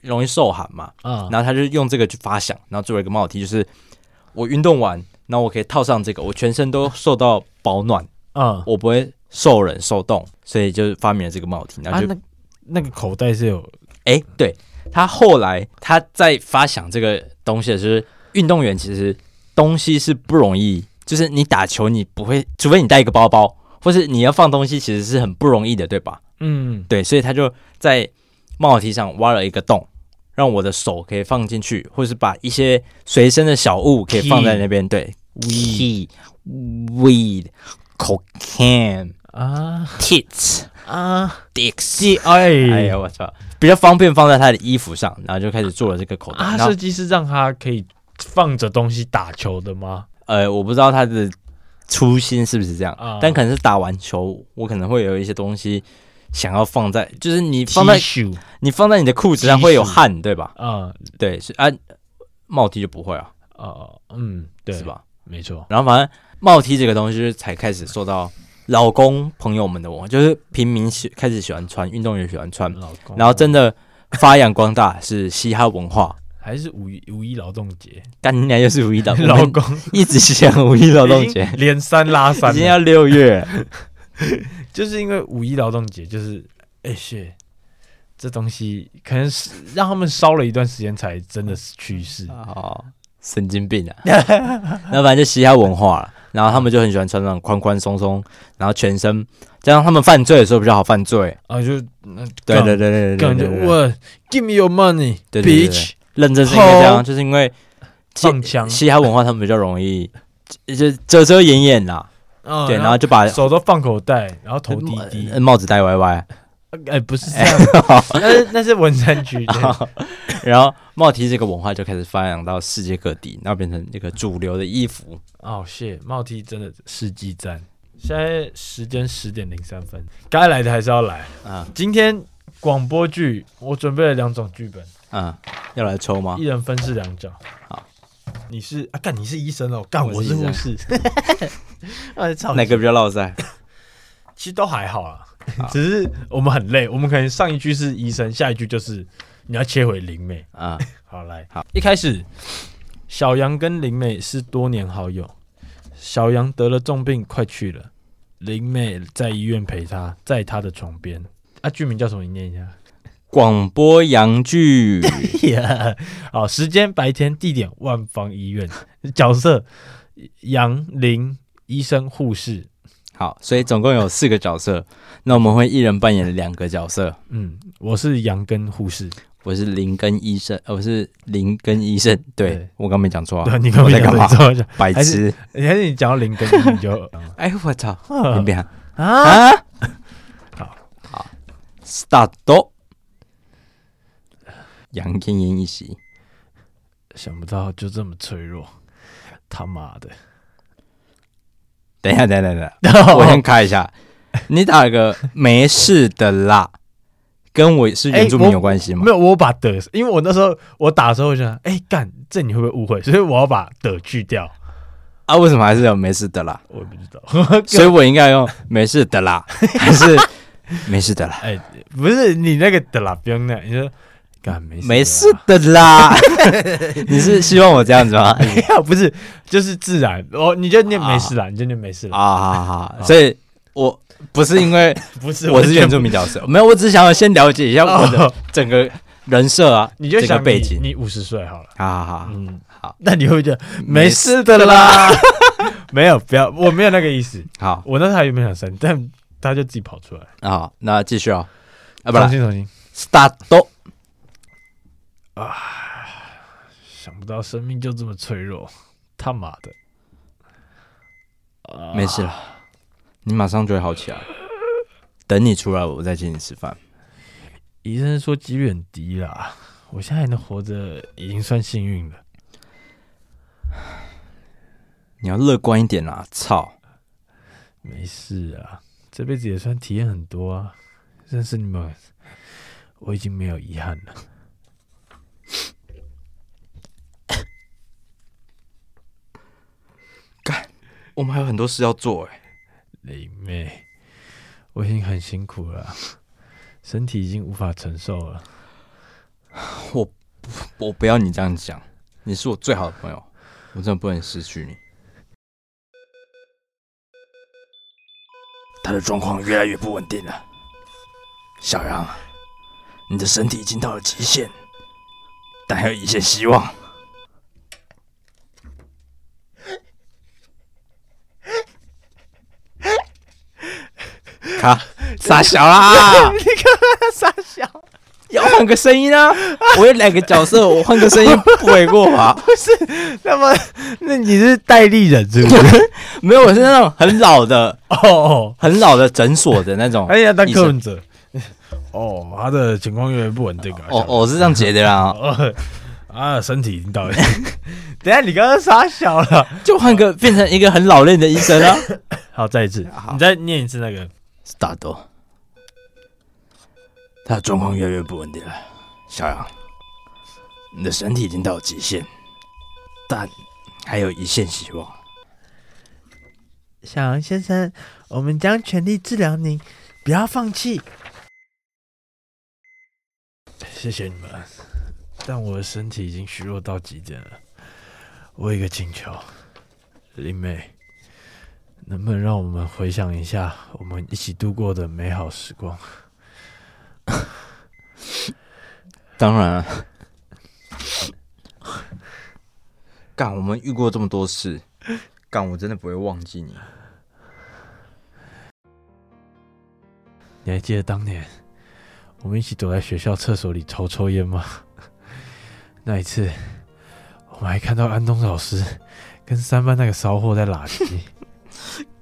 B: 容易受寒嘛。
A: 啊，
B: 然后他就用这个去发想，然后做了一个帽 T，就是我运动完，然后我可以套上这个，我全身都受到保暖，
A: 啊
B: 我不会受冷受冻，所以就发明了这个帽 T。然
A: 啊
B: 后就
A: 那那个口袋是有
B: 哎、对他后来他在发想这个东西的时候，就是运动员其实东西是不容易，就是你打球你不会，除非你带一个包包，或是你要放东西，其实是很不容易的，对吧？
A: 嗯
B: 对，所以他就在帽 T 上挖了一个洞，让我的手可以放进去，或是把一些随身的小物可以放在那边。对
A: Key
B: ，weed、cocaine、
A: 啊
B: tits，
A: 啊
B: Dicks，
A: ，D
B: 哎
A: 哎
B: 呀，我操，比较方便放在他的衣服上，然后就开始做了这个口袋。
A: 啊，
B: 然后
A: 设计师让他可以放着东西打球的吗？
B: 呃，我不知道他的初心是不是这样，
A: 啊
B: 但可能是打完球，我可能会有一些东西想要放在，就是你
A: T
B: 放在
A: 恤
B: 你放在你的裤子上会有汗，对吧？
A: 啊
B: 对，是啊，帽 T 就不会啊，
A: 啊嗯，对，
B: 是？吧？
A: 没错，
B: 然后反正帽 T 这个东西就是才开始受到老公朋友们的我，就是平民喜开始喜欢穿，运动员喜欢穿，
A: 老公
B: 嗯然后真的发扬光大是嘻哈文化。
A: 还是五一五一劳动 节，
B: 干你娘又是五 一劳，我
A: 老
B: 们
A: 公
B: 一直想五一劳动 节，
A: 连三拉三了，
B: 已经要 六月，
A: 就是因为五一劳动节，就是哎谢、shit，这东西可能是让他们烧了一段时间才真的是去世。
B: 哦，神经病啊！那反正就嘻哈文化了，然后他们就很喜欢穿那种宽宽松松，然后全身，加上他们犯罪的时候比较好犯罪。
A: 啊，就那
B: 对对对对对
A: 感
B: 对
A: 觉
B: 对，
A: 我 give me your money，
B: 对对对
A: bitch，
B: 认真是因为这
A: 吼
B: 样，就是因为
A: 放枪
B: 嘻哈文化他们比较容易就遮遮掩掩啦，
A: 啊，
B: 对，然后就嗯把
A: 手都放口袋，然后头低低，
B: 帽子戴歪歪，嗯
A: 哎，不是这 样，那是那是文山区，对
B: 然后帽 T 这个文化就开始发扬到世界各地，然后变成那个主流的衣服。
A: 哦谢帽 T 真的世纪赞。现在时间十点零三分，该来的还是要来。
B: 啊
A: 今天广播剧我准备了两种剧本，
B: 啊，要来抽吗
A: 一？人分饰两角。
B: 好，
A: 你是啊，干你是医生哦，干
B: 我
A: 我
B: 是
A: 是
B: 医
A: 护 士。啊，操！
B: 哪个比较落塞？
A: 其实都还好啦
B: 好，
A: 只是我们很累，我们可能上一句是医生，下一句就是你要切回灵妹。
B: 啊，
A: 好，来，
B: 好，
A: 一开始，小杨跟灵妹是多年好友，小杨得了重病，快去了，灵妹在医院陪他，在他的床边。啊，剧名叫什么？你念一下。
B: 广播洋剧
A: Yeah. 好，时间白天，地点万方医院，角色杨林医生护士，
B: 好，所以总共有四个角色，那我们会一人扮演两个角色。
A: 嗯，我是杨跟护士，
B: 我是林根医生，呃，我是林根医生，对
A: 对
B: 我刚没讲错、啊，
A: 对， 你跟我
B: 我在
A: 讲
B: 干嘛
A: 你知道吗
B: 白痴！
A: 还是你讲到林跟医 你就
B: 哎，我操，
A: 啊
B: 林边
A: 啊
B: 啊！
A: 好，
B: 好，start。杨天言一席，
A: 想不到就这么脆弱，他妈的！
B: 等一下，等一下，等一下，我先卡一下。你打了个没事的啦，跟我是原住民
A: 哎我
B: 有关系吗
A: 没？有，我把的，因为我那时候我打的时候我就想，哎、干，这你会不会误会？所以我要把的去掉，
B: 啊，为什么还是有没事的啦？
A: 我也不知 道。
B: 所以我应该用没事的啦，还是没事 的啦？
A: 哎、不是你那个的啦，不用那样，你说干没
B: 没
A: 事
B: 事
A: 的啦
B: 的啦， 你是希望我这样子吗？
A: 没有，不是，就是自然。哦，你就念没事啦，你就念没事啦。
B: 啊，好好，所以我不是因为
A: 不是，
B: 我是原
A: 就
B: 住民角色，没有，我只是想要先了解一下我的
A: 哦
B: 整个人设 啊，
A: 你就
B: 整
A: 想
B: 个背
A: 你
B: 景。啊
A: 你五十岁好了，
B: 好好好，
A: 嗯，
B: 好，
A: 那你会觉得
B: 没
A: 没事的 啦。没有，不要，我没有那个意思。
B: 好
A: 我那时候还有没有想删，但他就自己跑出来。
B: 好，那继续哦。啊，不
A: 重
B: 啦
A: 新重新，
B: ，start。
A: 想不到生命就这么脆弱，他妈的！啊
B: 没事了，你马上就会好起来。等你出来，我再请你吃饭。
A: 医生说几率很低啦，我现在还能活着已经算幸运了。
B: 你要乐观一点啦，操！
A: 没事啊，这辈子也算体验很多啊，认识你们，我已经没有遗憾了。
B: 我们还有很多事要做哎、
A: 雷妹，我已经很辛苦了啊、身体已经无法承受了。
B: 我不要你这样讲，你是我最好的朋友，我真的不能失去你。他的状况越来越不稳定了，小杨，你的身体已经到了极限，但还有一线希望。卡，傻小啦！
A: 啊 你干嘛傻笑？
B: 要换个声音啊！我有两个角色，我换个声音不为过 吧？
A: 那么，那你是代理人是不是？
B: 没有，我是那种很老的、
A: 哦哦，
B: 很老的诊所的那种。
A: 哎呀，当
B: 医生
A: 柯文哲， 哦，他的情况越来越不稳定啊。
B: 哦，我是这样觉得啦，
A: 哦，啊，身体已经到 了。等一下，你刚刚傻笑了。
B: 就换个变成一个很老练的医生啊。
A: 好，再一次，
B: 好
A: 你再念一次那个。
B: 是大豆，他的状况越来越不稳定了。小杨，你的身体已经到了极限，但还有一线希望。
A: 小杨先生，我们将全力治疗您，不要放弃。谢谢你们，但我的身体已经虚弱到极点了。我有一个请求，林美，能不能让我们回想一下我们一起度过的美好时光？
B: 当然啊， 干，我们遇过这么多事，干，我真的不会忘记你。
A: 你还记得当年我们一起躲在学校厕所里偷抽烟吗？ 那一次，我们还看到安东老师跟三班那个骚货在拉鸡。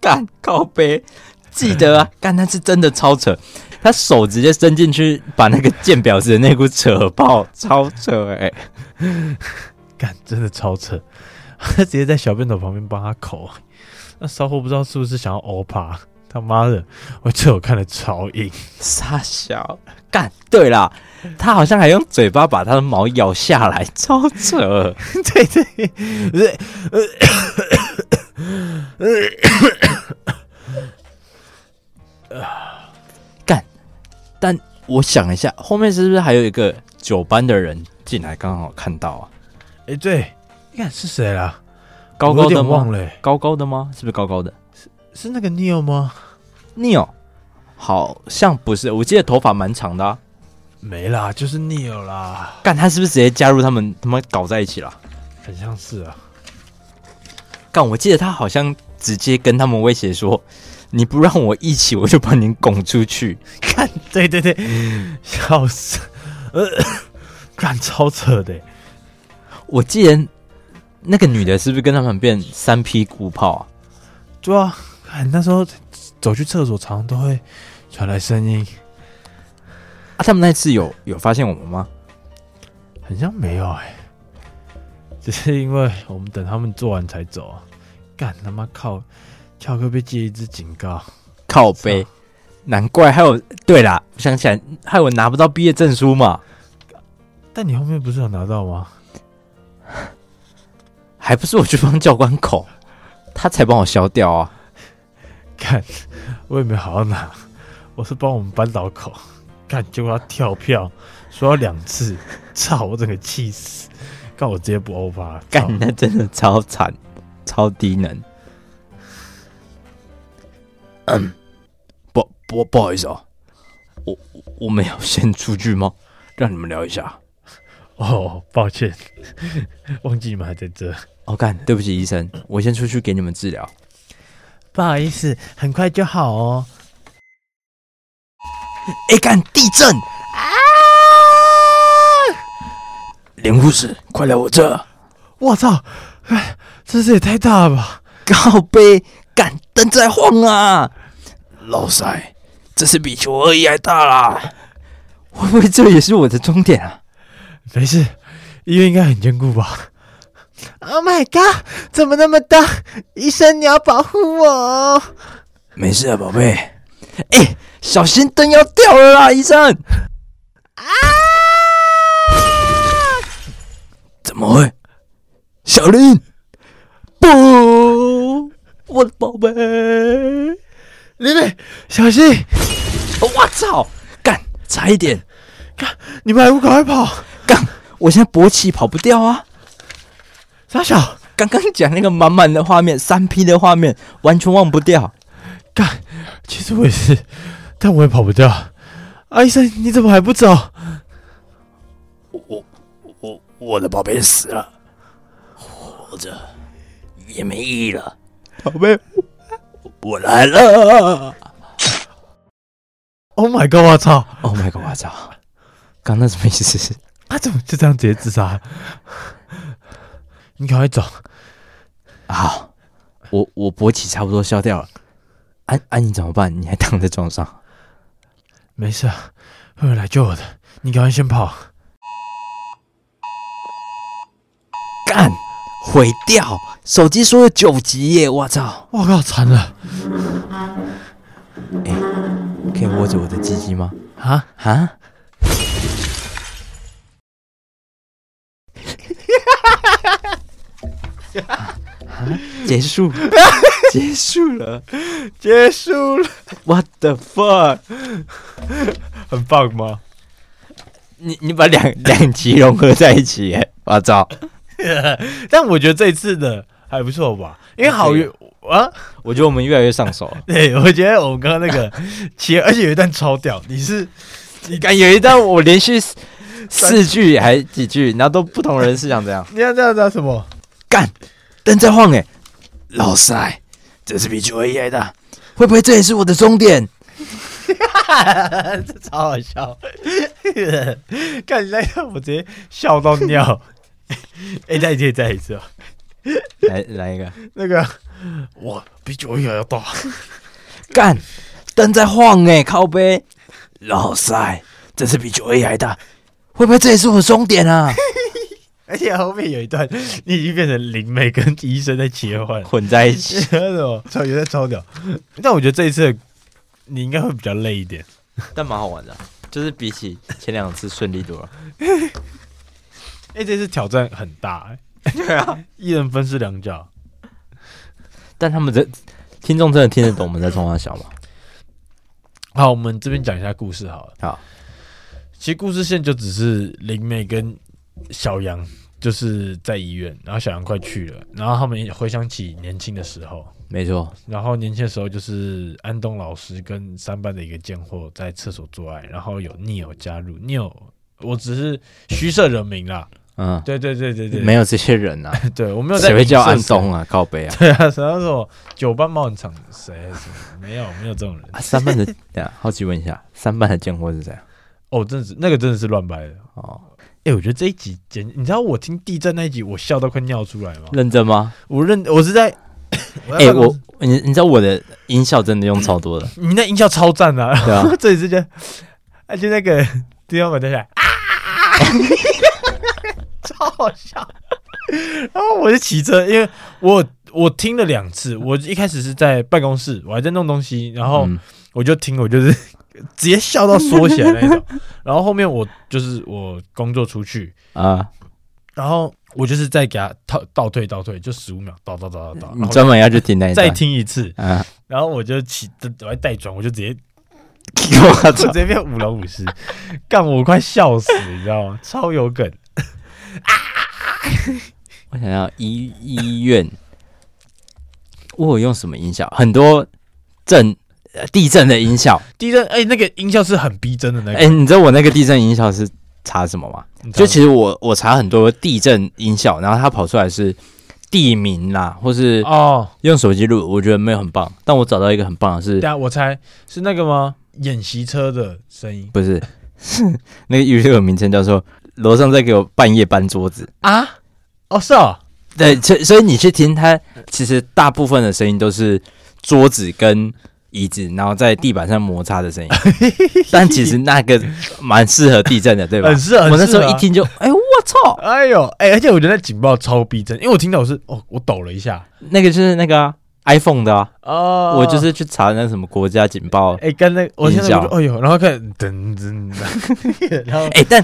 B: 干靠背，记得 啊，干那是真的超扯，他手直接伸进去把那个鉴表师的内裤扯爆，超扯哎、
A: 干，真的超扯！ 他直接在小便斗旁边帮他口， 那骚货不知道是不是想要欧趴，他妈的，我这我看的超硬，
B: 傻小干对啦，他好像还用嘴巴把他的毛咬下来，超 扯，
A: 对对对，
B: 但我想一下，后面是不是还有一个九班的人进来，刚好看到啊，
A: 哎对，你看是谁啦？
B: 高
A: 我有
B: 高的
A: 点
B: 吗
A: 忘？了、欸，
B: 高高的吗？是不是高高的
A: 是那个 Neo 吗？
B: ？Neil 好像不是，我记得头发蛮长的、啊，
A: 没啦，就是 Neo 啦。
B: 干他是不是直接加入他们他妈搞在一起了？
A: 很像是啊，
B: 干，我记得他好像直接跟他们威胁说：“你不让我一起，我就把你拱出去。
A: 看，对对对，笑死，呃， 干超扯的欸，”
B: 我记得那个女的是不是跟他们变三匹骨炮啊？
A: 对啊，看那时候走去厕所，常常都会传来声音，
B: 啊，他们那次有有发现我们吗？
A: 很像没有哎、只是因为我们等他们做完才走啊，干他妈靠，翘课被记一支警告，
B: 靠背，难怪还有对啦，我想起来，还有拿不到毕业证书嘛，
A: 但你后面不是有拿到吗？
B: 还不是我去帮教官口，他才帮我消掉啊。
A: 干，我也没好好拿，我是帮我们班导口，干，结果他跳票，说要两次，操，我整个气死，干，我直接不欧巴，
B: 干
A: 操，
B: 那真的超惨，超低能。嗯，不不不好意思哦，我我我们要先出去吗？让你们聊一下。
A: 哦，抱歉，忘记你们还在这，
B: 哦，干，对不起，医生，我先出去给你们治疗。
A: 不好意思，很快就好哦，
B: 哎、干，地震啊！林护士，快来我这！
A: 我操，哎，这次也太大了吧，
B: 靠背，干，灯在晃啊！老塞，这是比九二一还大啦！会不会这也是我的终点啊？
A: 没事，医院应该很坚固吧？Oh my god！怎么那么大？医生，你要保护我哦！
B: 没事啊，宝贝。哎、小心灯要掉了啦，医生！啊！怎么会？小林，
A: 哦
B: 不，我的宝贝！
A: 林美，小心！
B: 我操！干，差一点！
A: 你们还不赶快跑！
B: 干，我现在勃起跑不掉啊！
A: 傻小，
B: 刚刚讲那个满满的画面，三 P 的画面，完全忘不掉。
A: 干！其实我也是，但我也跑不掉。啊，医生，你怎么还不走？
B: 我我我的宝贝死了，活着也没意义了。宝贝，我来了。
A: Oh my god！我操！
B: Oh my god！我操！刚那什么意思？
A: 他怎么就这样直接自杀？你赶快走！
B: 啊，我我勃起差不多消掉了。安、安妮怎么办？你还躺在床上？
A: 没事啊，会有人来救我的。你赶快先跑！
B: 干，毁掉！手机说有九级耶，我操！
A: 我靠，惨了
B: 可以握着我的鸡鸡吗？
A: 啊！
B: 啊？啊结束，结束了
A: 结束了，
B: ！What the fuck？
A: 很棒吗？
B: 你你把两两集融合在一起耶！我操！
A: 但我觉得这次的还不错吧，因为好远啊！
B: 我觉得我们越来越上手了。
A: 对，我觉得我们刚刚那个切，而且有一段超屌，你是
B: 你敢有一段我连 续四四句还几句，然后都不同人是想这样
A: 你要这样子啊？什么？
B: 干，灯在晃哎、老塞，这是比九 A I 的，会不会这也是我的终点？
A: 这超好笑！看你那样，我直接笑到尿。 哎、再一次，再一次啊！
B: 来来一个，
A: 那个， 哇，比九一还要大。
B: 干，灯在晃哎、靠背，老塞，这是比九 A I 的，会不会这也是我的终点啊？，
A: 而且后面有一段，你已经变成灵媒跟医生在切换
B: 混在一
A: 什，么超有点超屌。但我觉得这一次你应该会比较累一点。
B: 但蛮好玩的，啊就是比起前两次顺利多了。
A: 哎、这次挑战很大、欸，
B: 对啊，
A: 一人分饰两角。
B: 但他们这听众真的听得懂我们在冲他笑吗？
A: 好，我们这边讲一下故事好了。
B: 好，
A: 其实故事线就只是灵妹跟小杨就是在医院，然后小杨快去了，然后他们回想起年轻的时候，
B: 没错，
A: 然后年轻的时候就是安东老师跟三班的一个贱货在厕所做爱，然后有 Neil 加入，Neil 我只是虚设人名啦，
B: 嗯，
A: 对对对对对，
B: 没有这些人啊。
A: 对 我没有在
B: 谁会叫安
A: 影射谁
B: 东？啊？靠背啊！
A: 对啊，什么什么九班帽很长，谁什么没有没有这种人
B: 啊三班的， 等一下好奇问一下，三班的贱货是谁啊？
A: 哦，真的是那个真的是乱掰的。
B: 哦，
A: 哎、我觉得这一集简，你知道我听地震那一集，我笑到快尿出来吗？
B: 认真吗？
A: 我认我是在，哎
B: 哎、我你你知道我的音效真的用超 多的，
A: 你那音效超赞的、啊，
B: 对啊，
A: 这里是哎就，而且那个地方板在来，啊，超好笑。然后我就骑车，因为我我听了两次，我一开始是在办公室，我还在弄东西，然后
B: 嗯
A: 我就听，我就是 直接笑到缩起来那种。 然后后面我就是我工作出去，
B: 啊，
A: 然后我就是再给他倒倒退倒退，就十五秒倒倒倒倒倒，
B: 嗯你
A: 然
B: 专
A: 后
B: 门要去听那一
A: 再
B: 段
A: 听一次，
B: 啊！
A: 然后我就骑，我还带转，我就直接
B: 我
A: 我
B: 操
A: 直！接变舞龙舞狮，干我快笑死，你知道吗？超有梗，
B: 我想要医医院，我有用什么音效？很多震呃地震的音效。
A: 地震哎、那个音效是很逼真的那个，
B: 哎、你知道我那个地震音效是查什么吗？
A: 你知道
B: 就
A: 吗
B: 其实我我查很多地震音效，然后它跑出来是地名啦，或是
A: 哦，
B: 用手机录，我觉得没有很棒，但我找到一个很棒的是
A: 等，下啊我猜是那个吗？演习车的声音
B: 不是那个 YouTube 名称叫做“楼上在给我半夜搬桌子
A: 啊？哦，是哦，”。
B: 对，所以所以你去听它，
A: 嗯
B: 其实大部分的声音都是桌子跟椅子，然后在地板上摩擦 的声音。但其实那个蛮适合地震的，对吧
A: 很？适合，
B: 我那时
A: 很
B: 候
A: 适
B: 一
A: 合啊。
B: 听就，哎，我操，
A: 哎呦，哎、而且我觉得那警报超逼真，因为我听到我是哦，我抖了一下，
B: 那个就是那个啊、iPhone 的啊，
A: 哦，
B: 我就是去查那什么国家警报，
A: 哎、跟那我现在
B: 音
A: 我
B: 效
A: 就哎呦，然后看噔噔，然 后
B: 哎、但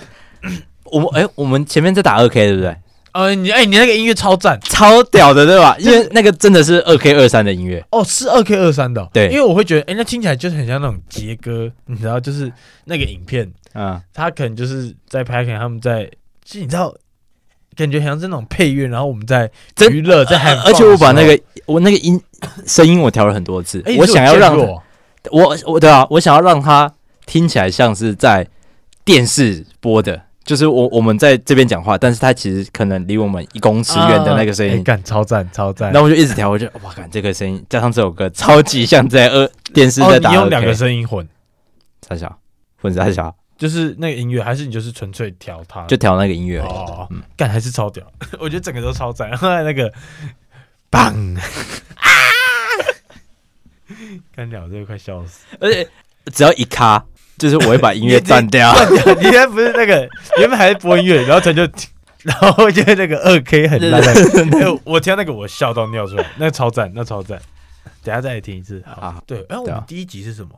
B: 我们哎、我们前面在打二 K 对不对？
A: 呃，你哎、你那个音乐超赞
B: 超屌的对吧？ 因为那个真的是二 K 二三的音乐，
A: 哦，是二 K 二三的哦、
B: 对
A: 因为我会觉得哎、那听起来就是很像那种杰哥，你知道，就是那个影片，
B: 嗯，
A: 他可能就是在拍，可能他们在，其实你知道，感觉好像是那种配乐，然后我们在
B: 真呃
A: 娱乐，在喊、
B: 哎
A: 啊
B: 而且我把那个我那个音声音我调了很多次，
A: 哎、
B: 我想要让
A: 你是有
B: 我我对啊，我想要让它听起来像是在电视播的，就是我我们在这边讲话，但是它其实可能离我们一公尺
A: 见过
B: 远的那个声
A: 啊哎
B: 音。
A: 干、超赞超赞。
B: 然后我就一直调，我就哇，看这个声音加上这首歌，超级像在二电视
A: 哦，
B: 在打
A: 你
B: 二
A: 用两啊
B: K。
A: 个声音混，
B: 傻小，混傻小，
A: 就是那个音乐，还是你就是纯粹调它？
B: 就调那个音乐而已。
A: 哦
B: 嗯，
A: 干还是超屌， 我觉得整个都超赞。然后来那个， 棒 啊！干聊这个快笑死！
B: 而且只要一卡，就是我会把音乐
A: 你直接
B: 断掉。
A: 你原来不是那个，原本还是播音乐，然后他就，然后就那个二 K 很烂。哎我听到那个我笑到尿出来，那个超赞，那超赞。等一下再来听一次。 好，
B: 啊，
A: 对，哎，我
B: 对
A: 们
B: 啊
A: 第一集是什么？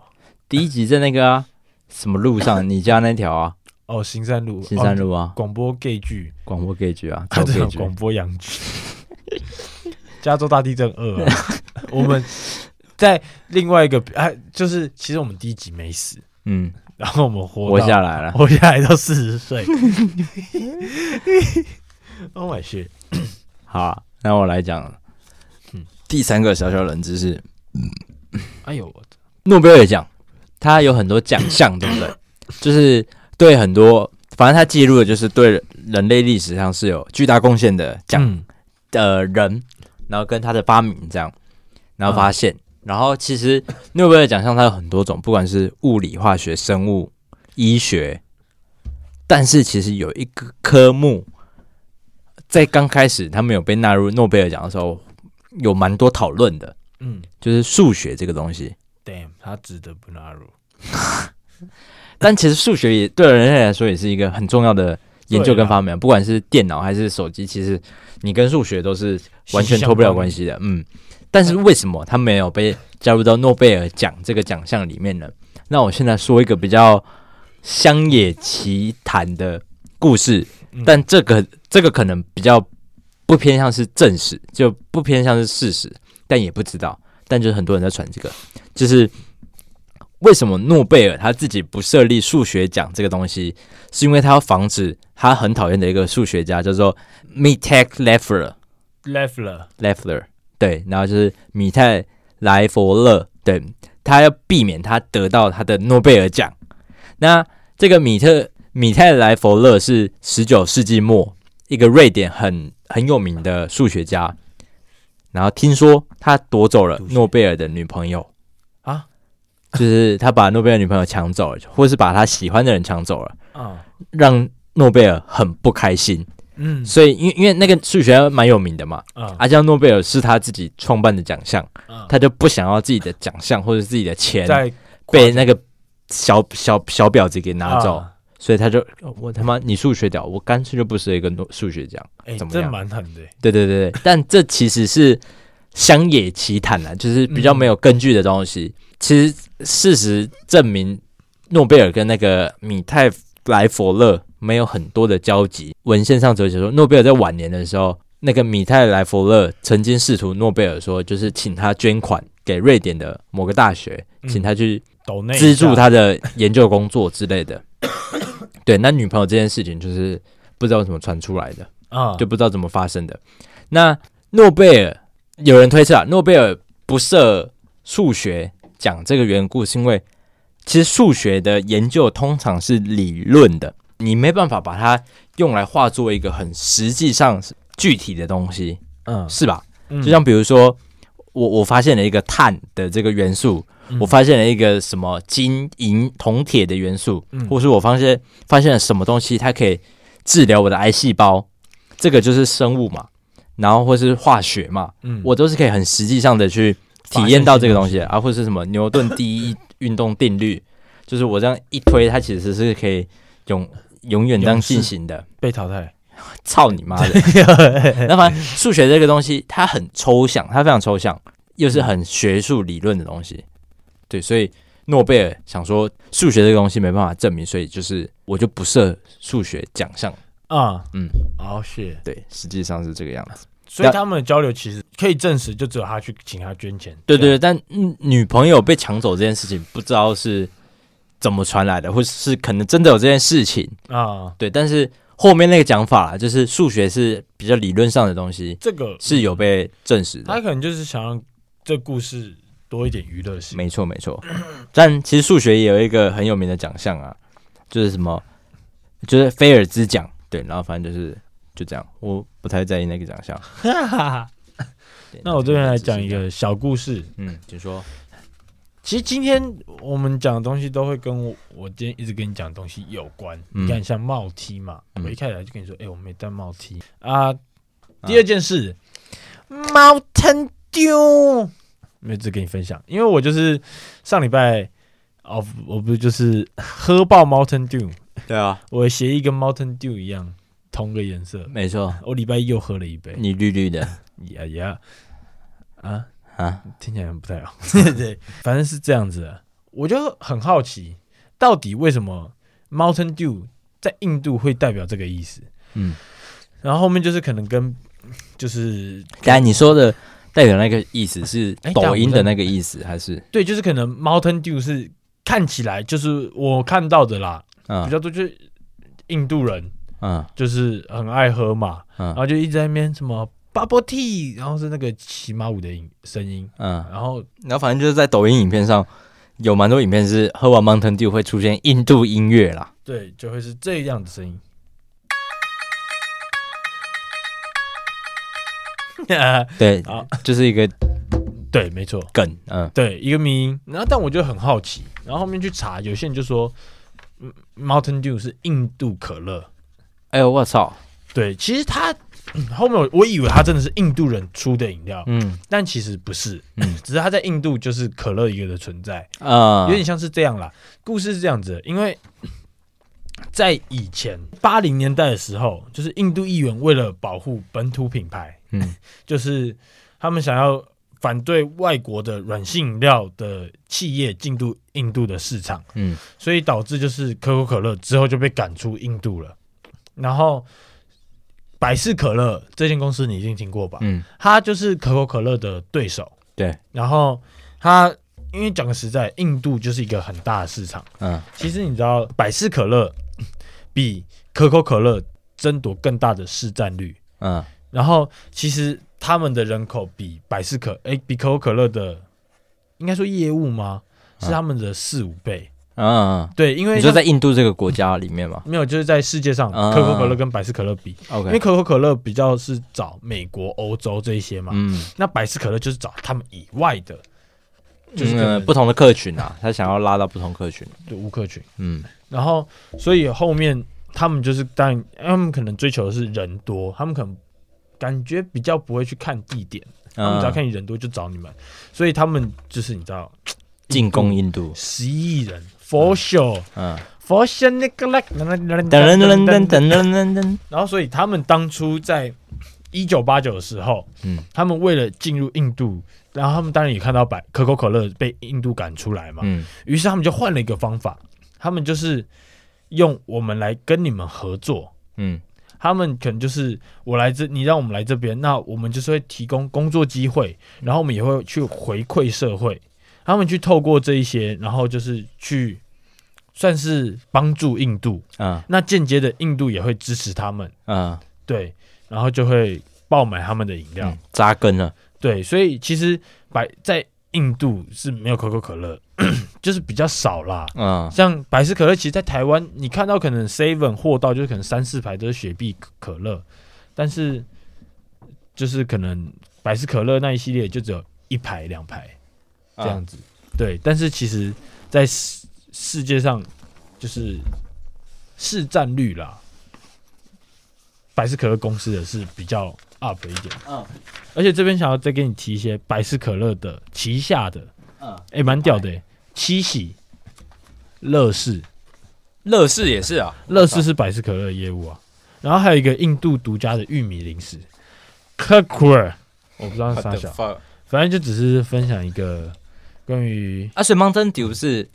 B: 第一集在那个啊，什么路上，你家那 条啊，
A: 哦，行山路，
B: 新山
A: 哦
B: 路啊，
A: 广播 gay 剧，
B: 广播歌剧啊，
A: 啊，
B: 走
A: 对
B: 歌
A: 啊，
B: 剧。
A: 广播洋剧， 加州大地震二、啊， 我们在另外一个哎、就是其实我们第一集没死，
B: 嗯，
A: 然后我们活
B: 活
A: 到
B: 下来了。
A: 活下来到四十 岁，Oh my shit！
B: 好啊，那我来讲
A: 嗯
B: 第三个小小冷知识，
A: 哎呦我的，
B: 诺贝尔奖，它有很多奖项，对不对？就是对很多，反正它记录的就是对人类历史上是有巨大贡献的奖
A: 嗯
B: 的人，然后跟他的发明这样，然后发现，然后其实诺贝尔奖项它有很多种，不管是物理、化学、生物、医学，但是其实有一个科目，在刚开始他们有被纳入诺贝尔奖的时候，有蛮多讨论的，
A: 嗯
B: 就是数学这个东西。
A: ，Damn，他值得不纳入
B: 但其实数学也对人类来说也是一个很重要的研究跟发明啊，不管是电脑还是手机，其实你跟数学都是 完全脱不了关
A: 系。
B: 系的。嗯，但是为什么它没有被加入到诺贝尔奖这个奖项里面呢？那我现在说一个比较乡野奇谈的故事，
A: 嗯
B: 但这个这个可能比较不偏向是正史，就不偏向是事实，但也不知道，但就是很多人在传这个，就是。为什么诺贝尔他自己不设立数学奖这个东西？是因为他要防止他很讨厌的一个数学家叫做 Mitek Leffler，
A: Leffler，
B: Leffler，对，然后就是米泰莱佛勒，对他要避免他得到他的诺贝尔奖。那这个米特米泰莱佛勒是十九世纪末一个瑞典很很有名的数学家，然后听说他夺走了
A: 读书
B: 诺贝尔的女朋友
A: 啊，
B: 就是他把诺贝尔女朋友抢走了，或是把他喜欢的人抢走了，
A: 啊，
B: 让诺贝尔很不开心。
A: 嗯
B: 所以因为因为那个数学家蛮有名的嘛，
A: 啊
B: 阿加诺贝尔是他自己创办的奖项，
A: 啊，
B: 他就不想要自己的奖项或者自己的钱
A: 在
B: 被那个小小小婊子给拿走，
A: 啊
B: 所以他就哦我他妈你数学屌，我干脆就不是一个诺数学奖。
A: 哎，
B: 怎么
A: 这
B: 样
A: 蛮狠的，
B: 对对对对，但这其实是乡野奇谈啊，就是比较没有根据的东西。其实事实证明，诺贝尔跟那个米泰莱佛勒没有很多的交集。文献上只有写说，诺贝尔在晚年的时候，那个米泰莱佛勒曾经试图诺贝尔说，就是请他捐款给瑞典的某个大学，
A: 嗯
B: 请他去
A: 抖内
B: 资助他的研究工作之类的。对，那女朋友这件事情就是不知道怎么传出来的。
A: 啊，
B: 就不知道怎么发生的。那诺贝尔有人推测、啊，诺贝尔不设数学奖这个缘故，是因为其实数学的研究通常是理论的，你没办法把它用来化作一个很实际上具体的东西，
A: 嗯，
B: 是吧？
A: 嗯
B: 就像比如说，我我发现了一个碳的这个元素，
A: 嗯
B: 我发现了一个什么金银铜铁的元素，
A: 嗯
B: 或是我发现发现了什么东西，它可以治疗我的癌细胞，这个就是生物嘛，然后或是化学嘛，
A: 嗯
B: 我都是可以很实际上的去体验到这个东西的啊，或是什么牛顿第一运动定律，就是我这样一推，它其实是可以永永远这样
A: 永世
B: 进行的。
A: 被淘汰，
B: 操你妈的！ 那反正数学这个东西，它很抽象，它非常抽象，又是很学术理论的东西。对，所以诺贝尔想说数学这个东西没办法证明，所以就是我就不设数学奖项。
A: 啊，
B: 嗯，
A: 哦是，
B: 对，实际上是这个样子。
A: 所以他们的交流其实可以证实，就只有他去请他捐钱，
B: 对对对，但嗯女朋友被抢走这件事情，不知道是怎么传来的，或是可能真的有这件事情。
A: 这样啊，
B: 对，但是后面那个讲法啦，就是数学是比较理论上的东西，
A: 这个
B: 是有被证实的
A: 他。可能就是想让这故事多一点娱乐性，
B: 没错没错，但其实数学也有一个很有名的奖项啊，就是什么，就是菲尔兹奖。对，然后反正就是就这样，我不太在意那个奖项。
A: 哈哈哈。
B: 对
A: 那我这边来讲一
B: 就是
A: 个小故事，
B: 这样，嗯，请说，
A: 其实今天我们讲的东西都会跟我我今天一直跟你讲的东西有关。
B: 嗯
A: 你看，像帽 T 嘛，
B: 嗯
A: 我一开始就跟你说，哎、我没戴帽 T 啊。第二件事，Mountain Dew，没有只跟你分享，因为我就是上礼拜哦，我不是就是 喝爆 Mountain Dew，
B: 对啊，
A: 我的协议跟 Mountain Dew 一样，同个颜色。
B: 没错，
A: 我礼拜一又喝了一杯，
B: 你绿绿的
A: 呀呀啊！
B: 啊，
A: 听起来不太好。对，反正是这样子的。我就很好奇，到底为什么 Mountain Dew 在印度会代表这个意思？
B: 嗯，
A: 然后后面就是可能跟就是
B: 但你说的代表那个意思是
A: 哎但我
B: 抖音的
A: 在
B: 那个意思，还是
A: 对，就是可能 Mountain Dew 是看起来就是我看到的啦，比
B: 嗯
A: 较多就是印度人
B: 嗯
A: 就是很爱喝嘛，然
B: 嗯
A: 后就一直在那边什么 bubble tea，然后是那个骑马舞的音声音，
B: 嗯，
A: 然后
B: 然后反正就是在抖音影片上有蛮多影片是喝完 Mountain Dew 会出现印度音乐啦，
A: 对，就会是这样的声音。
B: 对
A: 好，
B: 就是一个
A: 对，没错，
B: 梗，嗯
A: 对，一个迷因。然后，但我就很好奇，然后后面去查，有些人就说嗯，Mountain Dew 是印度可乐。
B: 哎呦我操，
A: 对，其实它嗯后面我我以为它真的是印度人出的饮料，
B: 嗯
A: 但其实不是，
B: 嗯
A: 只是它在印度就是可乐一个的存在。
B: 啊
A: 有点像是这样啦。故事是这样子的，因为在以前八零年代的时候，就是印度议员为了保护本土品牌，
B: 嗯，
A: 就是他们想要反对外国的软性饮料的企业进入印度的市场，
B: 嗯
A: 所以导致就是可口可乐之后就被赶出印度了，然后。百事可乐这间公司你一定听过吧？
B: 嗯
A: 它就是可口可乐的对手。
B: 对，
A: 然后它因为讲个实在，印度就是一个很大的市场。
B: 嗯
A: 其实你知道，百事可乐 比可口可乐争夺更大的市占率。
B: 嗯
A: 然后其实他们的人口比百事可哎比可口可乐的，应该说业务吗？是
B: 嗯
A: 他们的四五倍。
B: 嗯，
A: 对，因为
B: 你说
A: 他
B: 在印度这个国家里面嘛
A: 没有就是在世界上，
B: 嗯
A: 可口可乐跟百事可乐比，因为
B: ，OK，
A: 可口可乐比较是找美国、欧洲这一些嘛，
B: 嗯。
A: 那百事可乐就是找他们以外的，就
B: 就是是、
A: 可能
B: 嗯不同的客群啊，他想要拉到不同客群。
A: 对乌克群。
B: 嗯
A: 然后所以后面他们就是当然，他们可能追求的是人多，他们可能感觉比较不会去看地点，
B: 啊
A: 嗯
B: 嗯
A: 他们只要看你人多就找你们，所以他们就是你知道
B: 进攻印度。
A: 十亿人 for sure
B: 嗯，
A: for sure 那个啦，噔噔
B: 噔噔噔噔噔噔噔噔。
A: 然后所以他们当初在一九八九的时候，
B: 嗯
A: 他们为了进入印度。然后他们当然也看到百可口可乐被印度赶出来嘛，
B: 嗯
A: 于是他们就换了一个方法，他们就是用我们来跟你们合作，
B: 嗯
A: 他们可能就是我来这，你让我们来这边，那我们就是会提供工作机会，然后我们也会去回馈社会，他们去透过这一些，然后就是去算是帮助印度，
B: 嗯
A: 那间接的印度也会支持他们，
B: 嗯，
A: 对，然后就会爆买他们的饮料，
B: 嗯扎根了。
A: 对，所以其实百在印度是没有可口可乐， 就是比较少啦。
B: 嗯
A: 像百事可乐，其实在台湾你看到可能 seven 货到就是可能三四排都是雪碧可可乐，但是就是可能百事可乐那一系列就只有一排两排这样子。对，但是其实在世世界上就是市占率啦，百事可乐公司的是比较 up 一点。
B: 嗯
A: 而且这边想要再给你提一些百事可乐的旗下的，
B: 嗯，
A: 哎、蛮屌的、欸，七喜、乐事，
B: 乐视也是啊。
A: 乐事是百事可乐的业务啊。然后还有一个印度独家的玉米零食 k a k u r 我不知道是啥小，
B: fuck？
A: 反正就只是分享一个关于
B: 啊，所以 Mountain Dew 是，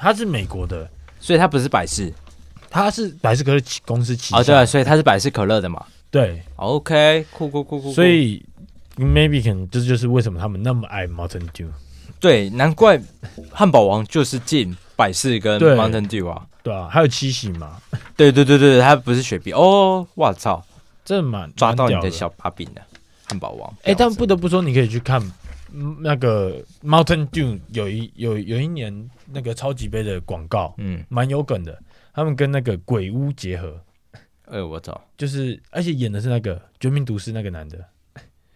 A: 它是美国的，
B: 所以它不是百事
A: 它是百事可乐旗公司旗下，
B: 哦，对啊，所以它是百事可乐的嘛。
A: 对
B: OK，酷酷酷酷酷。
A: 所以 maybe 可能这就是为什么他们那么爱 Mountain Dew，
B: 对，难怪汉堡王就是进百事跟
A: 对
B: Mountain Dew 啊。
A: 对啊，还有七喜嘛，
B: 对对对对，它不是雪碧哦。我操，
A: 这蛮
B: 抓到你
A: 蛮屌
B: 的小把柄了，汉堡王。
A: 哎、但不得不说，你可以去看嗯那个 Mountain Dew 有一有有一年那个超级杯的广告，
B: 嗯，
A: 蛮有梗的。他们跟那个鬼屋结合，
B: 哎，我操，
A: 就是而且演的是那个《绝命毒师》那个男的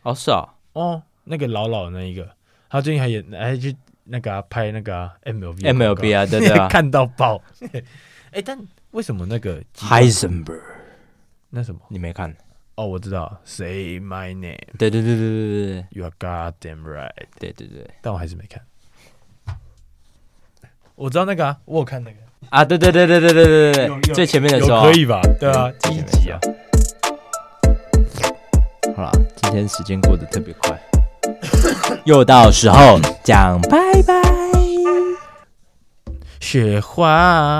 B: 哦是啊，
A: 哦，那个老老的那一个，他最近还演还去那个、啊、拍那个、啊、MLB 的广告
B: MLB 啊，对对 啊
A: 看到爆。哎、但为什么那个极端
B: ，Heisenberg，
A: 那什么？
B: 你没看？
A: 哦，我知道，Say my name,
B: 对对对对对
A: you are goddamn right。
B: 对对对对
A: 但我还是没看。我知道那个啊，我有看那个，
B: 啊，对对对对对对对对
A: 有
B: 对，
A: 有
B: 最前面的
A: 有
B: 时候啊
A: 可以吧？对啊，
B: 嗯
A: 第一集啊，
B: 好了，今天时间过得特别快，又到时候讲拜拜。
A: 雪花啊。